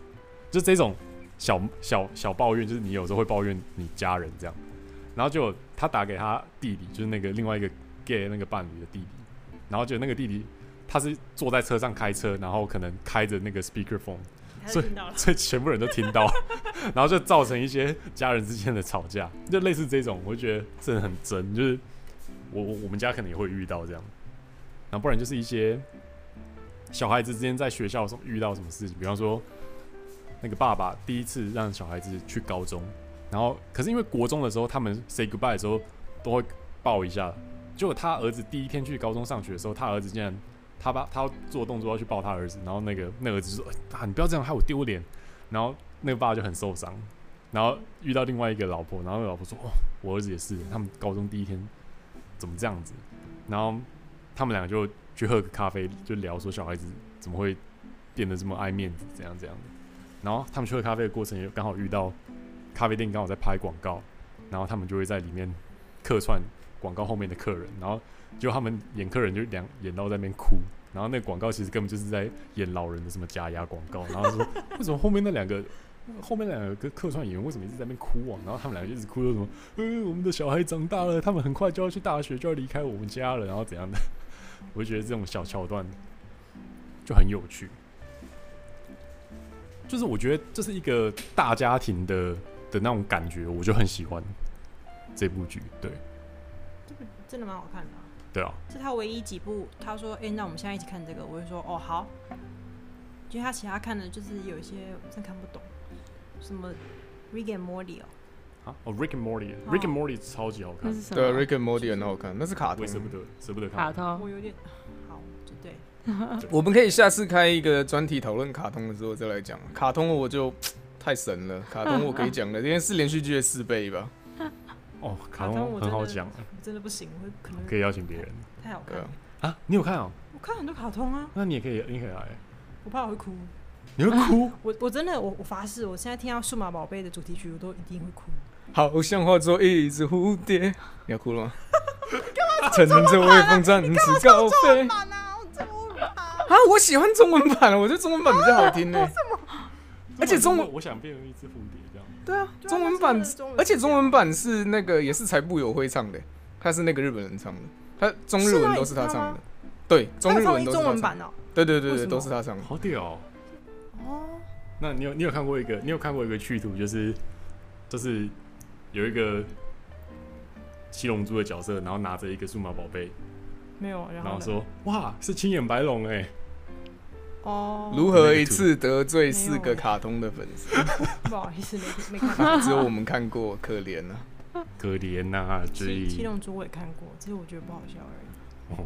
[SPEAKER 1] 就这种小小小抱怨，就是你有时候会抱怨你家人这样，然后就他打给他弟弟，就是那个另外一个 gay 那个伴侣的弟弟，然后就那个弟弟他是坐在车上开车，然后可能开着那个 speakerphone，
[SPEAKER 3] 他就听到了。 [laughs]
[SPEAKER 1] 所以全部人都听到， [laughs] 然后就造成一些家人之间的吵架，就类似这种，我就觉得真的很真，就是我我我们家可能也会遇到这样，然后不然就是一些小孩子之间在学校什么遇到什么事情，比方说那个爸爸第一次让小孩子去高中，然后可是因为国中的时候他们 say goodbye 的时候都会抱一下，结果他儿子第一天去高中上学的时候，他儿子竟然。他把他要做动作要去抱他儿子，然后那个那儿子就说、哎啊，你不要这样，害我丢脸。然后那个爸爸就很受伤，然后遇到另外一个老婆，然后那个老婆说：“哦，我儿子也是，他们高中第一天怎么这样子？”然后他们两个就去喝个咖啡，就聊说小孩子怎么会变得这么爱面子，怎样怎样的。然后他们去喝咖啡的过程也刚好遇到咖啡店刚好在拍广告，然后他们就会在里面客串广告后面的客人，然后就他们演客人就两演到在那边哭，然后那个广告其实根本就是在演老人的什么假牙广告，然后说为什么后面那两个后面两个客串演员为什么一直在那边哭啊？然后他们两个就一直哭说什么，呃，我们的小孩长大了，他们很快就要去大学，就要离开我们家了，然后怎样的？我就觉得这种小桥段就很有趣，就是我觉得这是一个大家庭的的那种感觉，我就很喜欢这部剧，对
[SPEAKER 3] 这个真的蛮好看的啊、
[SPEAKER 1] 对啊，
[SPEAKER 3] 是他唯一几部，他说：“哎、那我们现在一起看这个。”我就说：“哦，好。”因为他其他看的就是有一些我真看不懂，什么《Rick and Morty》哦，
[SPEAKER 1] 啊，哦，Rick and Morty，Rick and Morty 超级好
[SPEAKER 2] 那
[SPEAKER 1] 看
[SPEAKER 3] 嗯
[SPEAKER 2] 是，什
[SPEAKER 4] 对啊
[SPEAKER 2] 么？
[SPEAKER 4] ，Rick and Morty 很好看，那是卡
[SPEAKER 1] 我
[SPEAKER 4] 通
[SPEAKER 1] 也。舍不得舍不得
[SPEAKER 2] 卡
[SPEAKER 1] 看。
[SPEAKER 2] 通
[SPEAKER 3] 我有点好，就对，
[SPEAKER 4] 我们可以下次开一个专题讨论卡通的时候再来讲。卡通我就太神了，卡通我可以讲的，因为是连续剧的四倍
[SPEAKER 3] [laughs]
[SPEAKER 4] 吧。
[SPEAKER 1] 哦，卡
[SPEAKER 3] 卡通
[SPEAKER 1] 通
[SPEAKER 3] 我
[SPEAKER 1] 很好
[SPEAKER 3] 真
[SPEAKER 1] 讲，
[SPEAKER 3] 我真的不行，我会可能
[SPEAKER 1] 可以邀请别人
[SPEAKER 3] 太好看
[SPEAKER 4] 对啊
[SPEAKER 3] 了。，
[SPEAKER 1] 啊。你有看哦？
[SPEAKER 3] 我看很多卡通啊，
[SPEAKER 1] 那你也可以，你也可以来。啊
[SPEAKER 3] 我怕我会哭。
[SPEAKER 1] 你会 [laughs] 哭？
[SPEAKER 3] 我我真的我我发誓，我现在听到《数码宝贝》的主题曲，我都一定会哭。
[SPEAKER 4] 好像化作一只蝴蝶，你要哭
[SPEAKER 3] [laughs]
[SPEAKER 4] 了吗？乘着微风展翅高飞。啊，我喜欢中文版，我觉得中文版比较好听呢、
[SPEAKER 3] [laughs]
[SPEAKER 4] 而且中文
[SPEAKER 1] 我想变成一只蝴蝶这样。
[SPEAKER 4] 对啊，
[SPEAKER 3] 对啊
[SPEAKER 4] 中文版
[SPEAKER 3] 那是中文，啊
[SPEAKER 4] 而且中文版是那个也是财部有辉唱的、他是那个日本人唱的，他中日文都是他
[SPEAKER 3] 是啊吗
[SPEAKER 4] 唱的，对，中
[SPEAKER 3] 他
[SPEAKER 4] 日
[SPEAKER 3] 有放
[SPEAKER 4] 文
[SPEAKER 3] 一
[SPEAKER 4] 都是
[SPEAKER 3] 中
[SPEAKER 4] 他
[SPEAKER 3] 文
[SPEAKER 4] 唱的，
[SPEAKER 3] 版哦。
[SPEAKER 4] 对对对
[SPEAKER 3] 为什
[SPEAKER 4] 对，
[SPEAKER 3] 么
[SPEAKER 4] 都是他唱的。
[SPEAKER 1] 好屌哦！
[SPEAKER 3] 哦，
[SPEAKER 1] 那你有你有看过一个你有看过一个趣图，就是就是有一个七龙珠的角色，然后拿着一个数码宝贝，
[SPEAKER 3] 没有，
[SPEAKER 1] 然
[SPEAKER 3] 然后
[SPEAKER 1] 后
[SPEAKER 3] 呢
[SPEAKER 1] 说哇是青眼白龙哎，
[SPEAKER 3] 哦，
[SPEAKER 4] 如何一次得罪四个卡通的粉丝？
[SPEAKER 2] 哦
[SPEAKER 3] 不好意思，没没看
[SPEAKER 1] [laughs]
[SPEAKER 3] 到。
[SPEAKER 4] 啊只有我们看过，可怜啊！
[SPEAKER 1] 可怜啊呐之
[SPEAKER 3] 七七
[SPEAKER 1] 意。
[SPEAKER 3] 龙珠我也看过，只是我觉得不好笑而已。
[SPEAKER 1] 哦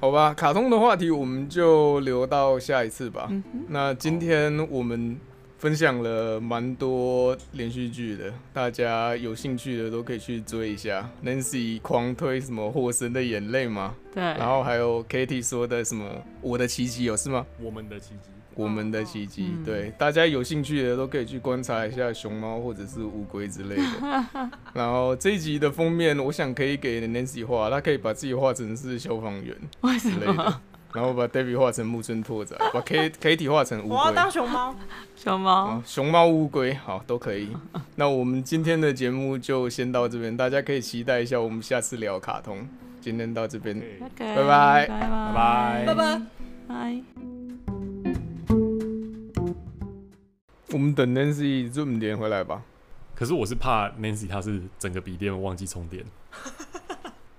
[SPEAKER 4] 好吧，卡通的话题我们就留到下一次吧。
[SPEAKER 2] 嗯哼，
[SPEAKER 4] 那今天我们分享了蛮多连续剧的，大家有兴趣的都可以去追一下。Nancy 狂推什么《火神的眼泪》吗？然
[SPEAKER 2] 对，
[SPEAKER 4] 后还有 Katie 说的什么“我的奇迹”有是吗？
[SPEAKER 1] 我们的奇迹，
[SPEAKER 4] 我们的奇迹，
[SPEAKER 2] 嗯
[SPEAKER 4] 对，大家有兴趣的都可以去观察一下熊猫或者是乌龟之
[SPEAKER 2] [laughs]
[SPEAKER 4] 类的。然后这一集的封面，我想可以给 Nancy 画，她可以把自己画成是消防员
[SPEAKER 2] 为什
[SPEAKER 4] 之类
[SPEAKER 2] 么 [laughs]
[SPEAKER 4] 的，然后把 David 画成木村拓哉，把 K Katie 画成乌
[SPEAKER 3] 我要
[SPEAKER 4] 龟
[SPEAKER 3] 当。熊猫，
[SPEAKER 2] 熊猫
[SPEAKER 4] 啊，？熊猫、乌龟，好，都可以。那我们今天的节目就先到这边，大家可以期待一下我们下次聊卡通。今天到这边。
[SPEAKER 1] 对
[SPEAKER 2] OK，
[SPEAKER 4] 拜拜
[SPEAKER 2] 拜
[SPEAKER 1] 拜
[SPEAKER 3] 拜拜。
[SPEAKER 2] 拜。
[SPEAKER 4] 我们等 Nancy 这么点回来吧。
[SPEAKER 1] 可是我是怕 Nancy 她是整个笔电忘记充 [laughs] 电，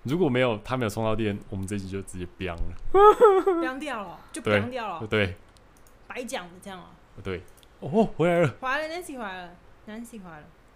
[SPEAKER 1] 如果没有她没有充到电，我们这集就直接 biang 了。
[SPEAKER 3] 凉掉了，就
[SPEAKER 1] 对
[SPEAKER 3] 凉掉了，
[SPEAKER 1] 对
[SPEAKER 3] 白讲的这样啊。
[SPEAKER 1] 对，哦回来了。
[SPEAKER 3] 回来了，Nancy 回来了，Nancy 回来了。